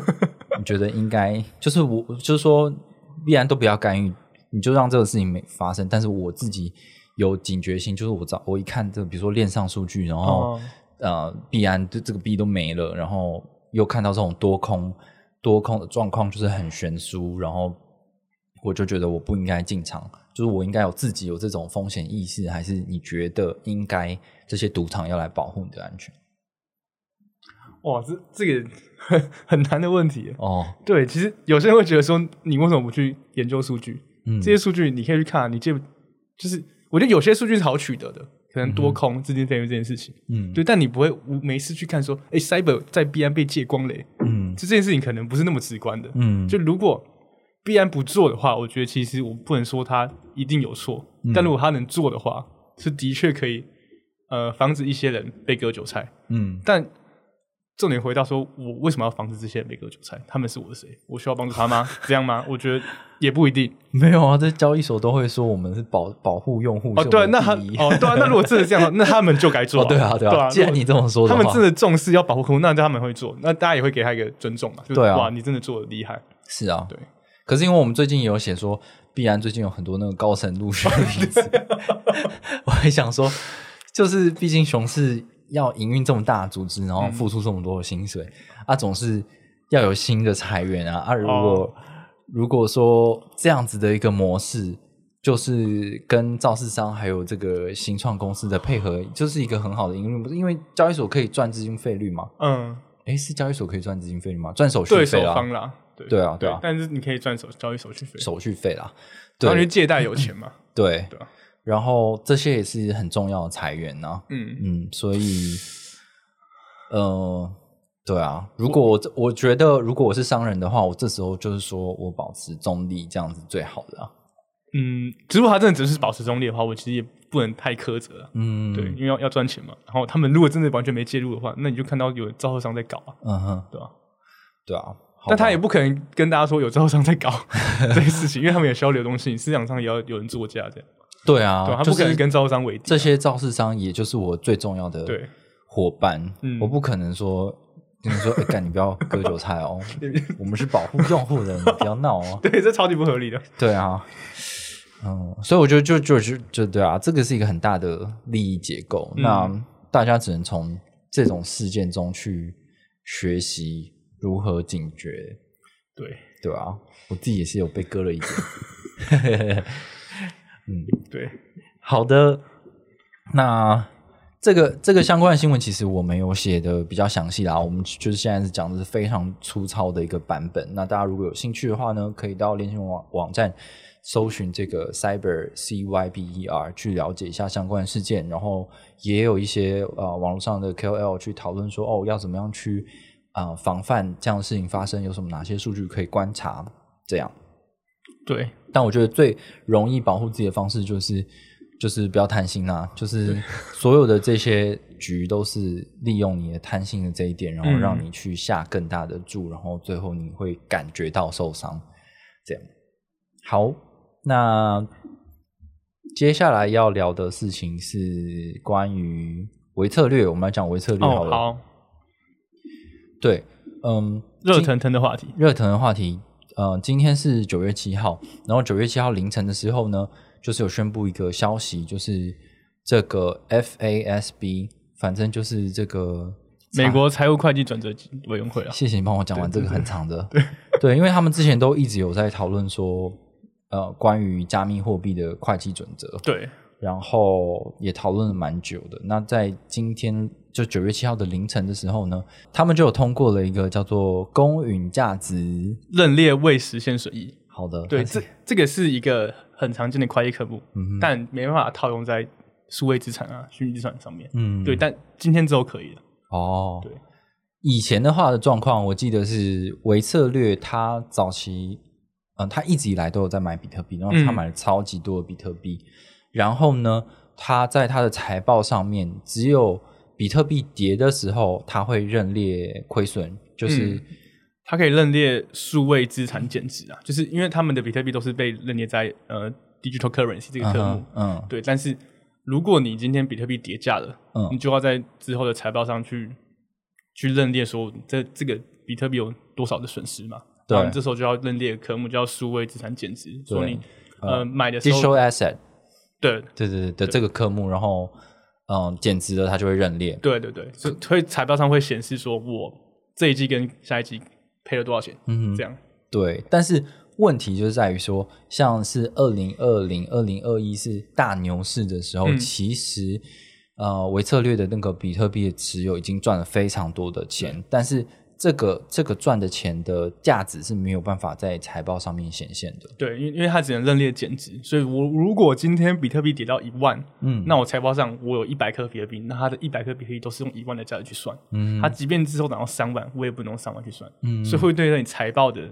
[SPEAKER 1] 你觉得应该就是我就是说，必然都不要干预，你就让这个事情没发生。但是我自己有警觉性，就是我早我一看这个，比如说链上数据，然后、
[SPEAKER 2] 哦
[SPEAKER 1] 呃，币安这这个币都没了，然后又看到这种多空多空的状况，就是很悬殊，然后我就觉得我不应该进场，就是我应该有自己有这种风险意识，还是你觉得应该这些赌场要来保护你的安全？
[SPEAKER 2] 哇，这这个很 很难的问题耶。
[SPEAKER 1] 哦，
[SPEAKER 2] 对，其实有些人会觉得说，你为什么不去研究数据？
[SPEAKER 1] 嗯，
[SPEAKER 2] 这些数据你可以去看啊，你这就是我觉得有些数据是好取得的，可能多空资金费用这件事情，
[SPEAKER 1] 嗯
[SPEAKER 2] 对，但你不会无没事去看说，哎，Cyber 在币安被借光嘞，
[SPEAKER 1] 嗯
[SPEAKER 2] 就这件事情可能不是那么直观的。
[SPEAKER 1] 嗯，
[SPEAKER 2] 就如果币安不做的话，我觉得其实我不能说他一定有错，
[SPEAKER 1] 嗯
[SPEAKER 2] 但如果他能做的话，是的确可以呃防止一些人被割韭菜。
[SPEAKER 1] 嗯
[SPEAKER 2] 但重点回到说，我为什么要防止这些人被割韭菜？他们是我的谁？我需要帮助他吗？这样吗？我觉得也不一定。
[SPEAKER 1] 没有啊，这交易所都会说我们是保保护用户
[SPEAKER 2] 哦，对啊，那他
[SPEAKER 1] 他
[SPEAKER 2] 哦，对啊，那如果真的 这样的话，那他们就该做、
[SPEAKER 1] 哦对啊对
[SPEAKER 2] 对
[SPEAKER 1] 啊，既然你这么说
[SPEAKER 2] 他
[SPEAKER 1] 的
[SPEAKER 2] 们
[SPEAKER 1] 话
[SPEAKER 2] 真，的重视要保护客户，那他们会做，那大家也会给他一个尊重嘛。就
[SPEAKER 1] 对啊
[SPEAKER 2] 哇，你真的做的厉害，
[SPEAKER 1] 是啊，
[SPEAKER 2] 对。
[SPEAKER 1] 可是因为我们最近也有写说，必然最近有很多那个高层陆续的例 子，我还想说，就是毕竟熊市要营运这么大的组织，然后
[SPEAKER 2] 嗯
[SPEAKER 1] 付出这么多的薪水，啊，总是要有新的裁员啊。啊，如果、
[SPEAKER 2] 哦
[SPEAKER 1] 如果说这样子的一个模式，就是跟造市商还有这个新创公司的配合，就是一个很好的营运模式，因为交易所可以赚资金费率嘛。
[SPEAKER 2] 嗯，
[SPEAKER 1] 诶，是交易所可以赚资金费率吗？赚手续
[SPEAKER 2] 对手
[SPEAKER 1] 费啦，
[SPEAKER 2] 方啦，对
[SPEAKER 1] 啊对啊对
[SPEAKER 2] 对
[SPEAKER 1] 啊
[SPEAKER 2] 但是你可以赚手交易手续费，
[SPEAKER 1] 手续费啦。
[SPEAKER 2] 然后
[SPEAKER 1] 对
[SPEAKER 2] 你借贷有钱 嘛？
[SPEAKER 1] 对
[SPEAKER 2] 对啊
[SPEAKER 1] 然后这些也是很重要的裁员呐、
[SPEAKER 2] 嗯，
[SPEAKER 1] 嗯，所以，呃，对啊，如果我这我觉得如果我是商人的话，我这时候就是说我保持中立，这样子最好的、啊。
[SPEAKER 2] 嗯，如果他真的只是保持中立的话，我其实也不能太苛责啊。
[SPEAKER 1] 嗯，
[SPEAKER 2] 对，因为要要赚钱嘛。然后他们如果真的完全没介入的话，那你就看到有造货商在搞啊，
[SPEAKER 1] 嗯哼，
[SPEAKER 2] 对啊？
[SPEAKER 1] 对啊，好
[SPEAKER 2] 但他
[SPEAKER 1] 吧
[SPEAKER 2] 也不可能跟大家说有造货商在搞 这些事情，因为他们也需要流动性，市场上也要有人作价这样。
[SPEAKER 1] 对啊，
[SPEAKER 2] 对啊，他
[SPEAKER 1] 就
[SPEAKER 2] 不可能
[SPEAKER 1] 是
[SPEAKER 2] 跟招商为敌啊。
[SPEAKER 1] 这些造市商，也就是我最重要的
[SPEAKER 2] 对
[SPEAKER 1] 伙伴，
[SPEAKER 2] 嗯
[SPEAKER 1] 我不可能说。就是说，哎、干你不要割韭菜 哦！我们是保护用户的，你不要闹哦。
[SPEAKER 2] 对，这超级不合理的。
[SPEAKER 1] 对啊，嗯，所以我觉得就就就就对啊，这个是一个很大的利益结构，
[SPEAKER 2] 嗯
[SPEAKER 1] 那大家只能从这种事件中去学习如何警觉，
[SPEAKER 2] 对
[SPEAKER 1] 对啊，我自己也是有被割了一点。
[SPEAKER 2] 对，
[SPEAKER 1] 好的，那这个这个相关的新闻其实我没有写的比较详细啦，我们就是现在是讲的是非常粗糙的一个版本。那大家如果有兴趣的话呢，可以到联信网网站搜寻这个 cyber c y b e r 去了解一下相关的事件，然后也有一些呃网络上的 K O L 去讨论说哦要怎么样去啊、呃防范这样的事情发生，有什么哪些数据可以观察这样。
[SPEAKER 2] 对，
[SPEAKER 1] 但我觉得最容易保护自己的方式就是，就是不要贪心啦、就是所有的这些局都是利用你的贪心的这一点，然后
[SPEAKER 2] 嗯
[SPEAKER 1] 让你去下更大的注，然后最后你会感觉到受伤。这样，好，那接下来要聊的事情是关于微策略，我们来讲微策略好
[SPEAKER 2] 哦，
[SPEAKER 1] 了。
[SPEAKER 2] 好，
[SPEAKER 1] 对，嗯，
[SPEAKER 2] 热腾腾的话题。
[SPEAKER 1] 热腾的话题，呃，今天是九月七号，然后九月七号凌晨的时候呢，就是有宣布一个消息，就是这个 FASB，反正就是这个
[SPEAKER 2] 美国财务会计转折委员会啊，
[SPEAKER 1] 谢谢你帮我讲完这个很长的， 对因为他们之前都一直有在讨论说，呃，关于加密货币的会计准则，
[SPEAKER 2] 对，
[SPEAKER 1] 然后也讨论了蛮久的。那在今天就九月七号的凌晨的时候呢，他们就有通过了一个叫做公允价值。
[SPEAKER 2] 认列未实现损益。
[SPEAKER 1] 好的，
[SPEAKER 2] 对，
[SPEAKER 1] 它是
[SPEAKER 2] 这这个是一个很常见的会计科目，
[SPEAKER 1] 嗯哼
[SPEAKER 2] 但没办法套用在数位资产啊、虚拟资产上面。
[SPEAKER 1] 嗯
[SPEAKER 2] 对，但今天之后可以了。
[SPEAKER 1] 哦，
[SPEAKER 2] 对，
[SPEAKER 1] 以前的话的状况，我记得是维策略，他早期，嗯、他一直以来都有在买比特币，然后他
[SPEAKER 2] 嗯
[SPEAKER 1] 买了超级多的比特币，然后呢，他在他的财报上面，只有比特币跌的时候，他会认列亏损，就是、
[SPEAKER 2] 嗯它可以认列数位资产减值啊，就是因为他们的比特币都是被认列在呃 digital currency 这个
[SPEAKER 1] 嗯
[SPEAKER 2] 科目
[SPEAKER 1] 哼。嗯
[SPEAKER 2] 对，但是如果你今天比特币跌价了，你
[SPEAKER 1] 嗯
[SPEAKER 2] 就要在之后的财报上去去认列说这这个比特币有多少的损失嘛？
[SPEAKER 1] 对
[SPEAKER 2] 然后你这时候就要认列科目叫数位资产减值，说你呃
[SPEAKER 1] 嗯
[SPEAKER 2] 买的时候
[SPEAKER 1] ，digital asset，
[SPEAKER 2] 对
[SPEAKER 1] 对对对的这个科目，然后嗯减值了，他就会认列，
[SPEAKER 2] 对对对，所以所以财报上会显示说我这一季跟下一季赔了多少钱，
[SPEAKER 1] 嗯哼
[SPEAKER 2] 这样
[SPEAKER 1] 对，但是问题就是在于说，像是二零二零、二零二一是大牛市的时候，
[SPEAKER 2] 嗯
[SPEAKER 1] 其实呃，维策略的那个比特币的持有已经赚了非常多的钱，但是这个这个赚的钱的价值是没有办法在财报上面显现的。
[SPEAKER 2] 对，因为因为它只能认列减值，所以我如果今天比特币跌到一万，
[SPEAKER 1] 嗯
[SPEAKER 2] 那我财报上我有一百颗比特币，那它的一百颗比特币都是用一万的价值去算，
[SPEAKER 1] 嗯
[SPEAKER 2] 它即便之后涨到三万，我也不能用三万去算，
[SPEAKER 1] 嗯
[SPEAKER 2] 所以会对你财报的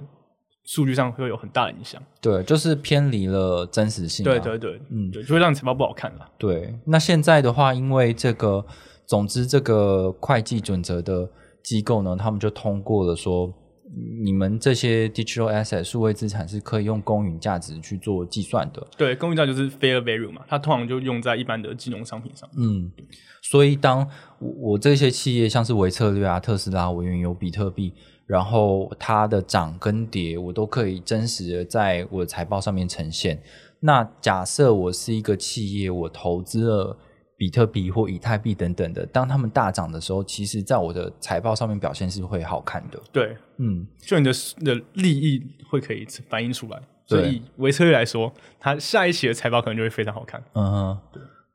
[SPEAKER 2] 数据上会有很大的影响。
[SPEAKER 1] 对，就是偏离了真实性、啊。
[SPEAKER 2] 对对对，
[SPEAKER 1] 嗯
[SPEAKER 2] 对，就会让你财报不好看了。
[SPEAKER 1] 对，那现在的话，因为这个，总之这个会计准则的机构呢，他们就通过了说，你们这些 digital asset 数位资产是可以用公允价值去做计算的。
[SPEAKER 2] 对，公允价就是 fair value 嘛，它通常就用在一般的金融商品上。
[SPEAKER 1] 嗯，所以当我我这些企业，像是维策略啊、特斯拉、我原有比特币，然后它的涨跟跌，我都可以真实的在我的财报上面呈现。那假设我是一个企业，我投资了比特币或以太币等等的，当它们大涨的时候，其实在我的财报上面表现是会好看的。
[SPEAKER 2] 对，
[SPEAKER 1] 嗯，
[SPEAKER 2] 就你的你的利益会可以反映出来。所
[SPEAKER 1] 对
[SPEAKER 2] 以以维策略来说，它下一期的财报可能就会非常好看。
[SPEAKER 1] 嗯哼，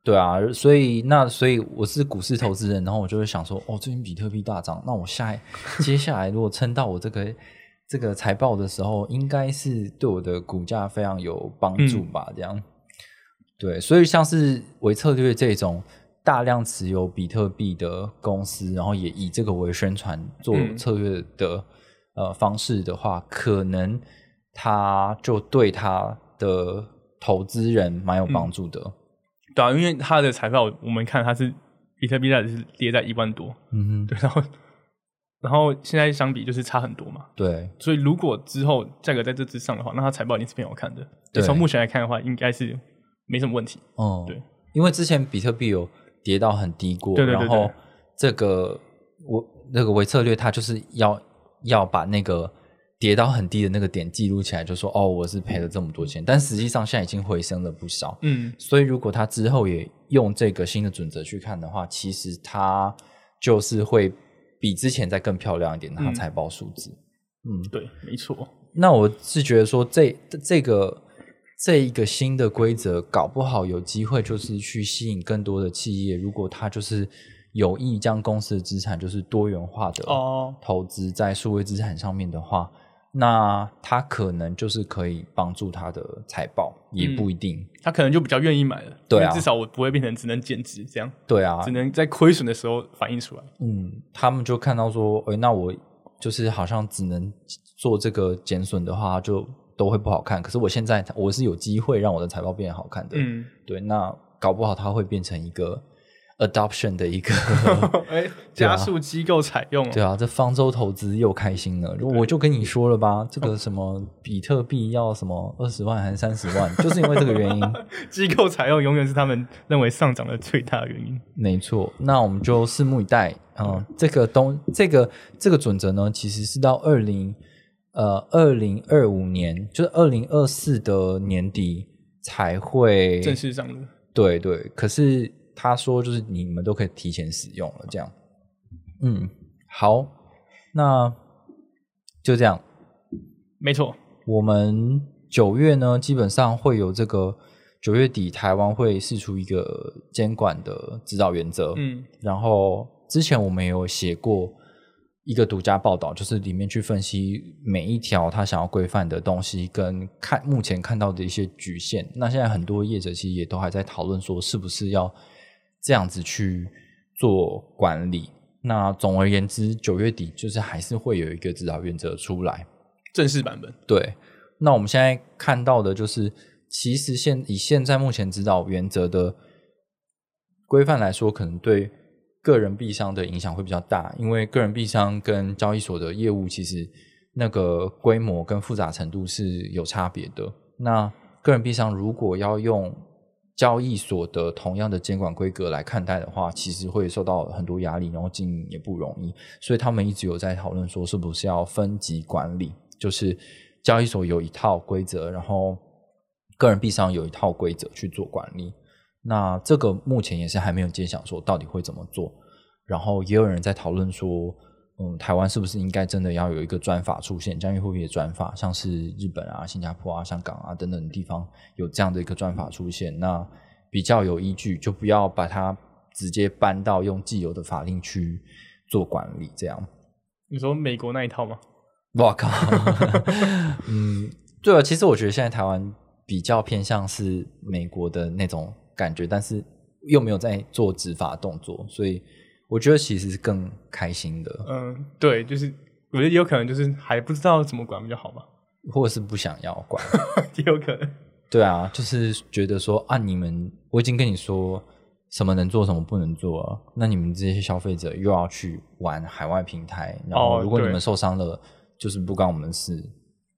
[SPEAKER 1] 对啊，所以那所以我是股市投资人，然后我就会想说，哦，最近比特币大涨，那我下一接下来如果撑到我这个这个财报的时候，应该是对我的股价非常有帮助吧？这样，对，所以像是维策略这种。大量持有比特币的公司，然后也以这个为宣传做
[SPEAKER 2] 嗯
[SPEAKER 1] 策略的、呃方式的话，可能他就对他的投资人蛮有帮助的。
[SPEAKER 2] 对啊，因为它的财报我们看它是比特币价值是跌在一万多，
[SPEAKER 1] 嗯哼，
[SPEAKER 2] 对，然后然后现在相比就是差很多嘛。
[SPEAKER 1] 对
[SPEAKER 2] 所以如果之后价格在这之上的话，那它财报一定是偏好看的。
[SPEAKER 1] 对
[SPEAKER 2] 对，从目前来看的话，应该是没什么问题。
[SPEAKER 1] 哦，
[SPEAKER 2] 对，
[SPEAKER 1] 因为之前比特币有跌到很低过，
[SPEAKER 2] 对对对
[SPEAKER 1] 然后
[SPEAKER 2] 对
[SPEAKER 1] 这个我那个维策略，他就是要要把那个跌到很低的那个点记录起来，就说哦，我是赔了这么多钱，但实际上现在已经回升了不少。
[SPEAKER 2] 嗯，
[SPEAKER 1] 所以如果他之后也用这个新的准则去看的话，其实他就是会比之前再更漂亮一点，他
[SPEAKER 2] 嗯
[SPEAKER 1] 财报数字。嗯，
[SPEAKER 2] 对，没错。
[SPEAKER 1] 那我是觉得说这这个这一个新的规则，搞不好有机会就是去吸引更多的企业，如果他就是有意将公司的资产就是多元化的
[SPEAKER 2] 哦
[SPEAKER 1] 投资在数位资产上面的话，那他可能就是可以帮助他的财报，也
[SPEAKER 2] 嗯
[SPEAKER 1] 不一定。
[SPEAKER 2] 他可能就比较愿意买了，
[SPEAKER 1] 对啊
[SPEAKER 2] 因为至少我不会变成只能减值这样，
[SPEAKER 1] 对啊
[SPEAKER 2] 只，能在亏损的时候反映出来。
[SPEAKER 1] 嗯，他们就看到说，诶，那我就是好像只能做这个减损的话，就都会不好看。可是我现在我是有机会让我的财报变好看的，
[SPEAKER 2] 嗯，
[SPEAKER 1] 对，那搞不好它会变成一个 adoption 的一 个，
[SPEAKER 2] 哎，加速机构采用哦，
[SPEAKER 1] 啊对啊，这方舟投资又开心了。如我就跟你说了吧，这个什么比特币要什么二十万还是三十万，就是因为这个原 因。
[SPEAKER 2] 机构采用永远是他们认为上涨的最大的原因。
[SPEAKER 1] 没错，那我们就拭目以待。嗯、这个东这个这个准则呢，其实是到二零呃二零二五年，就是二零二四的年底才会
[SPEAKER 2] 正式上路，
[SPEAKER 1] 对对，可是他说就是你们都可以提前使用了，这样。嗯，好，那就这样。
[SPEAKER 2] 没错，
[SPEAKER 1] 我们九月呢，基本上会有这个九月底台湾会试出一个监管的指导原则，
[SPEAKER 2] 嗯，
[SPEAKER 1] 然后之前我们也有写过一个独家报道，就是里面去分析每一条他想要规范的东西，跟看目前看到的一些局限。那现在很多业者其实也都还在讨论说，是不是要这样子去做管理。那总而言之，九月底就是还是会有一个指导原则出来。
[SPEAKER 2] 正式版本，
[SPEAKER 1] 对，那我们现在看到的就是，其实现以现在目前指导原则的规范来说，可能对个人币商的影响会比较大，因为个人币商跟交易所的业务其实那个规模跟复杂程度是有差别的。那个人币商如果要用交易所的同样的监管规格来看待的话，其实会受到很多压力，然后经营也不容易。所以他们一直有在讨论说，是不是要分级管理，就是交易所有一套规则，然后个人币上有一套规则去做管理。那这个目前也是还没有揭晓说到底会怎么做。然后也有人在讨论说，嗯，台湾是不是应该真的要有一个专法出现，加密货币的专法，像是日本啊、新加坡啊、香港啊等等地方有这样的一个专法出现，那比较有依据，就不要把它直接搬到用既有的法令去做管理，这样。
[SPEAKER 2] 你说美国那一套吗？
[SPEAKER 1] 我靠， 嗯，对啊，其实我觉得现在台湾比较偏向是美国的那种感觉，但是又没有在做执法动作，所以我觉得其实是更开心的，
[SPEAKER 2] 嗯，对，就是我觉得也有可能就是还不知道怎么管比较好吧，
[SPEAKER 1] 或者是不想要管。
[SPEAKER 2] 也有可能。
[SPEAKER 1] 对啊，就是觉得说啊，你们我已经跟你说什么能做，什么不能做了，那你们这些消费者又要去玩海外平台，然后
[SPEAKER 2] 哦
[SPEAKER 1] 如果你
[SPEAKER 2] 对
[SPEAKER 1] 们受伤了，就是不关我们的事。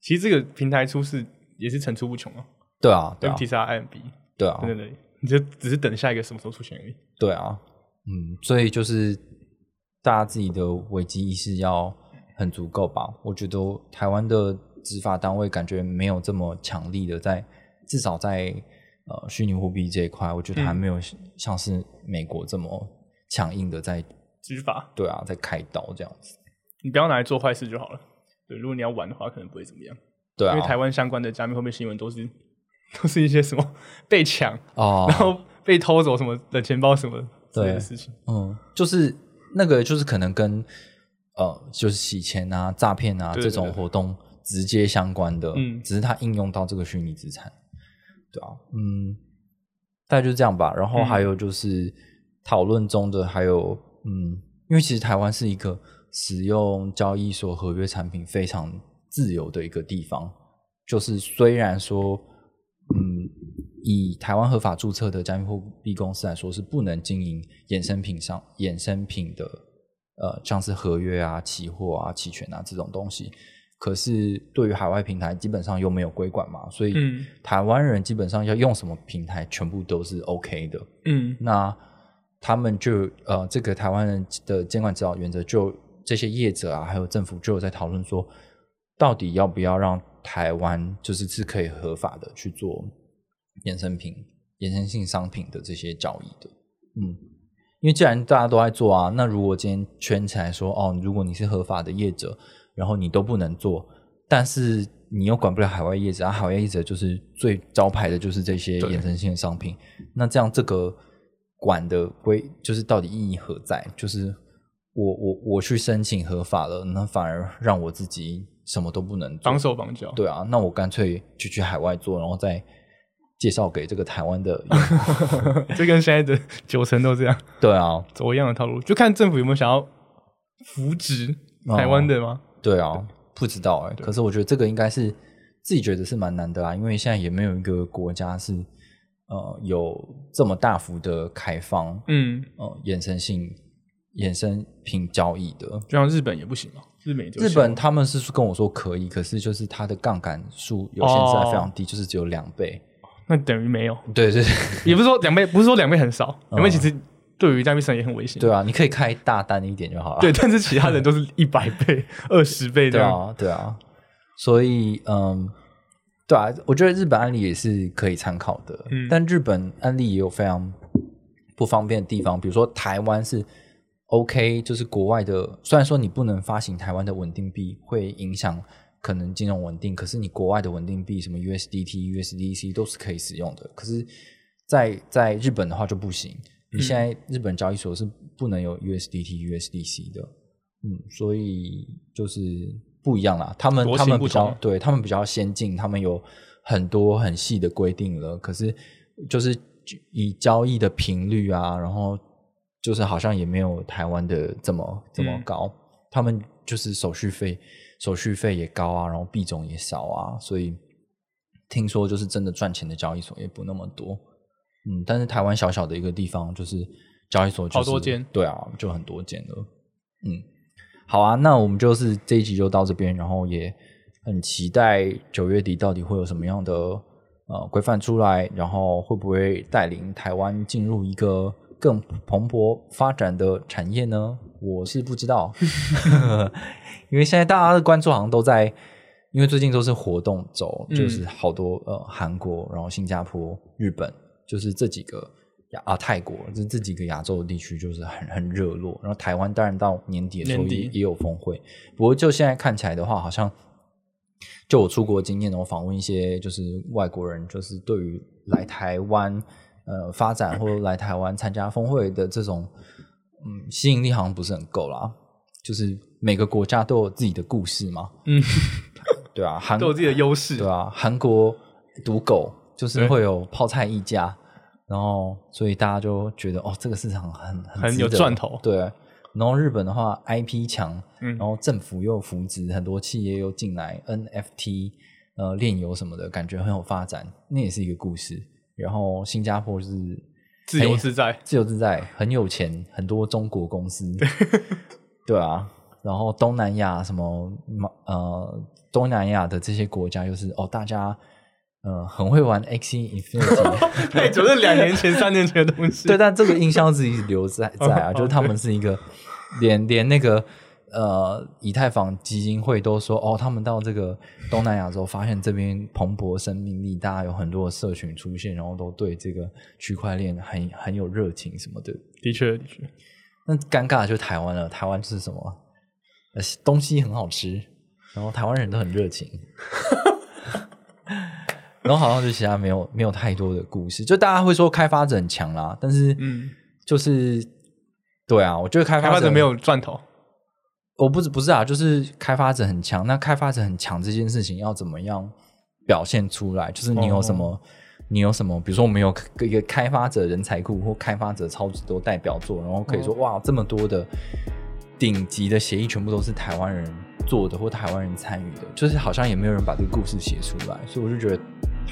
[SPEAKER 2] 其实这个平台出事也是层出不穷啊
[SPEAKER 1] 对啊，对啊，
[SPEAKER 2] ，FTX、IMB
[SPEAKER 1] 对啊，
[SPEAKER 2] 等等等，你就只是等下一个什么时候出现而已。
[SPEAKER 1] 对啊，嗯，所以就是大家自己的危机意识要很足够吧。我觉得台湾的执法单位感觉没有这么强力的在，至少在呃虚拟货币这一块，我觉得还没有像是美国这么强硬的在
[SPEAKER 2] 执法，
[SPEAKER 1] 对啊，在开刀这样子。
[SPEAKER 2] 你不要拿来做坏事就好了。对，如果你要玩的话，可能不会怎么样，
[SPEAKER 1] 对啊，
[SPEAKER 2] 因为台湾相关的加密货币新闻都是 都是一些什么 被抢，
[SPEAKER 1] 哦，
[SPEAKER 2] 然后被偷走什么的钱包什么之类的
[SPEAKER 1] 对
[SPEAKER 2] 事情。
[SPEAKER 1] 嗯，就是那个就是可能跟呃就是洗钱啊、诈骗啊
[SPEAKER 2] 对
[SPEAKER 1] 这
[SPEAKER 2] 对
[SPEAKER 1] 种
[SPEAKER 2] 对
[SPEAKER 1] 活动直接相关的，
[SPEAKER 2] 嗯
[SPEAKER 1] 只是它应用到这个虚拟资产，对啊，嗯，大概就这样吧。然后还有就是讨论中的还有嗯，因为其实台湾是一个使用交易所合约产品非常自由的一个地方，就是虽然说，嗯，以台湾合法注册的加密货币公司来说，是不能经营衍生品上衍生品的，呃，像是合约啊、期货啊、期权啊这种东西。可是对于海外平台，基本上又没有规管嘛，所以
[SPEAKER 2] 嗯
[SPEAKER 1] 台湾人基本上要用什么平台，全部都是 OK 的。
[SPEAKER 2] 嗯，
[SPEAKER 1] 那他们就呃，这个台湾人的监管指导原则就，这些业者啊，还有政府就有在讨论说，到底要不要让台湾就是是可以合法的去做衍生品、衍生性商品的这些交易的，嗯。因为既然大家都在做啊，那如果今天圈起来说，哦，如果你是合法的业者，然后你都不能做，但是你又管不了海外业者，啊，海外业者就是最招牌的就是这些
[SPEAKER 2] 对
[SPEAKER 1] 衍生性的商品，那这样这个管的规就是到底意义何在？就是我我我去申请合法了，那反而让我自己什么都不能做
[SPEAKER 2] 绑，手绑脚。
[SPEAKER 1] 对啊，那我干脆就去海外做，然后再介绍给这个台湾 的用户，
[SPEAKER 2] 就跟现在的九成都这样，
[SPEAKER 1] 对啊，
[SPEAKER 2] 走一样的套路，就看政府有没有想要扶植
[SPEAKER 1] 哦
[SPEAKER 2] 台湾的吗？
[SPEAKER 1] 对啊，不知道哎、可是我觉得这个应该是自己觉得是蛮难的啦，啊因为现在也没有一个国家是呃有这么大幅的开放，
[SPEAKER 2] 嗯，
[SPEAKER 1] 呃衍生性衍生品交易的。
[SPEAKER 2] 就像日本也不行嘛，日本也就
[SPEAKER 1] 日
[SPEAKER 2] 行
[SPEAKER 1] 本他们是跟我说可以，可是就是它的杠杆数有限制在非常低，就是只有两倍。
[SPEAKER 2] 那等于没有，
[SPEAKER 1] 对对对
[SPEAKER 2] 也不是说两倍，不是说两倍很少，两倍其实对于加密市场也很危险。
[SPEAKER 1] 哦对啊，你可以开大单一点就好了。
[SPEAKER 2] 对，但是其他人都是一百倍、 二十倍这
[SPEAKER 1] 对
[SPEAKER 2] 样。
[SPEAKER 1] 啊，对啊，所以嗯，对啊，我觉得日本案例也是可以参考的，
[SPEAKER 2] 嗯
[SPEAKER 1] 但日本案例也有非常不方便的地方，比如说台湾是 OK，就是国外的，虽然说你不能发行台湾的稳定币，会影响可能金融稳定，可是你国外的稳定币，什么 USDT、USDC 都是可以使用的。可是在，在日本的话就不行。你现在日本交易所是不能有 USDT、USDC 的，嗯，所以就是不一样啦。他们
[SPEAKER 2] 国
[SPEAKER 1] 他
[SPEAKER 2] 情
[SPEAKER 1] 们
[SPEAKER 2] 不
[SPEAKER 1] 比较
[SPEAKER 2] 同
[SPEAKER 1] 对他们比较先进，他们有很多很细的规定了。可是就是以交易的频率啊，然后就是好像也没有台湾的这么这么
[SPEAKER 2] 嗯
[SPEAKER 1] 高。他们就是手续费，手续费也高啊，然后币种也少啊，所以听说就是真的赚钱的交易所也不那么多。嗯，但是台湾小小的一个地方，就是交易所、就是、
[SPEAKER 2] 好多间
[SPEAKER 1] 对啊，就很多间了。嗯，好啊，那我们就是这一集就到这边，然后也很期待九月底到底会有什么样的呃规范出来，然后会不会带领台湾进入一个更蓬勃发展的产业呢？我是不知道，因为现在大家的关注好像都在，因为最近都是活动周，
[SPEAKER 2] 嗯
[SPEAKER 1] 就是好多呃韩国，然后新加坡、日本，就是这几个亚啊泰国，这这几个亚洲地区就是很很热络。然后台湾当然到年底的时候
[SPEAKER 2] 年底
[SPEAKER 1] 也也有峰会，不过就现在看起来的话，好像就我出国经验，我访问一些就是外国人，就是对于来台湾呃发展或者来台湾参加峰会的这种嗯吸引力好像不是很够啦。就是每个国家都有自己的故事嘛，
[SPEAKER 2] 嗯，
[SPEAKER 1] 对啊，韩
[SPEAKER 2] 都有自己的优势
[SPEAKER 1] 对啊，韩国赌狗就是
[SPEAKER 2] 对
[SPEAKER 1] 会有泡菜溢价，然后所以大家就觉得哦，这个市场很很
[SPEAKER 2] 很
[SPEAKER 1] 值
[SPEAKER 2] 有
[SPEAKER 1] 得
[SPEAKER 2] 赚头
[SPEAKER 1] 对，然后日本的话，IP 强，
[SPEAKER 2] 嗯
[SPEAKER 1] 然后政府又有扶植，很多企业又进来，NFT 呃炼油什么的，感觉很有发展，那也是一个故事。然后新加坡是
[SPEAKER 2] 自由
[SPEAKER 1] 哎
[SPEAKER 2] 自在，
[SPEAKER 1] 自由自在，很有钱，很多中国公司， 对啊。然后东南亚什么马呃，东南亚的这些国家就是哦，大家呃很会玩 X Infinity，
[SPEAKER 2] 那就是两年前、三年前的东西。
[SPEAKER 1] 哎对，但这个印象自己留在在啊，就是他们是一个连连那个呃以太坊基金会都说哦，他们到这个东南亚之后，发现这边蓬勃生命力，大家有很多的社群出现，然后都对这个区块链很很有热情什么的。
[SPEAKER 2] 的确，的确，
[SPEAKER 1] 那尴尬的就是台湾了，台湾是什么？呃，东西很好吃，然后台湾人都很热 情，然后好像就其他没有没有太多的故事，就大家会说开发者很强啦，但是
[SPEAKER 2] 嗯，
[SPEAKER 1] 就是、对啊，我觉得开
[SPEAKER 2] 开
[SPEAKER 1] 发
[SPEAKER 2] 发
[SPEAKER 1] 者
[SPEAKER 2] 者没有，赚头，
[SPEAKER 1] 我不是不是啊，就是开发者很强，那开发者很强这件事情要怎么样表现出来？就是你有什么？你有什么？比如说，我们有一个开发者人才库或开发者超级多代表作，然后可以说、哇，这么多的顶级的协议全部都是台湾人做的或台湾人参与的，就是好像也没有人把这个故事写出来，所以我就觉得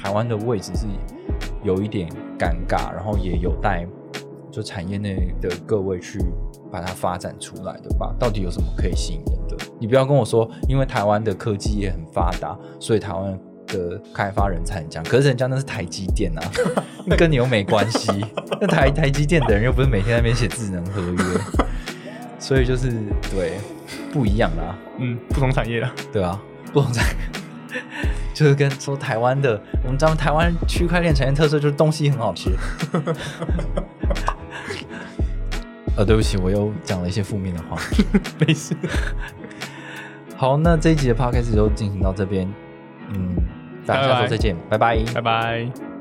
[SPEAKER 1] 台湾的位置是有一点尴尬，然后也有待就产业内的各位去把它发展出来的吧。到底有什么可以吸引人的？你不要跟我说，因为台湾的科技也很发达，所以台湾。的开发人才很强，可是人家那是台积电啊， 跟你又没关系。那台台积电的人又不是每天在那边写智能合约，所以就是对不一样啦，
[SPEAKER 2] 嗯，不同产业了，
[SPEAKER 1] 对啊，不同在 就是跟说台湾的，我们咱们台湾区块链产业特色就是东西很好 吃。呃，对不起，我又讲了一些负面的话。
[SPEAKER 2] 没 事。
[SPEAKER 1] 好，那这一集的 podcast 就进行到这边，嗯，大家下
[SPEAKER 2] 拜
[SPEAKER 1] 周
[SPEAKER 2] 拜
[SPEAKER 1] 再见，拜拜，拜拜
[SPEAKER 2] 拜拜。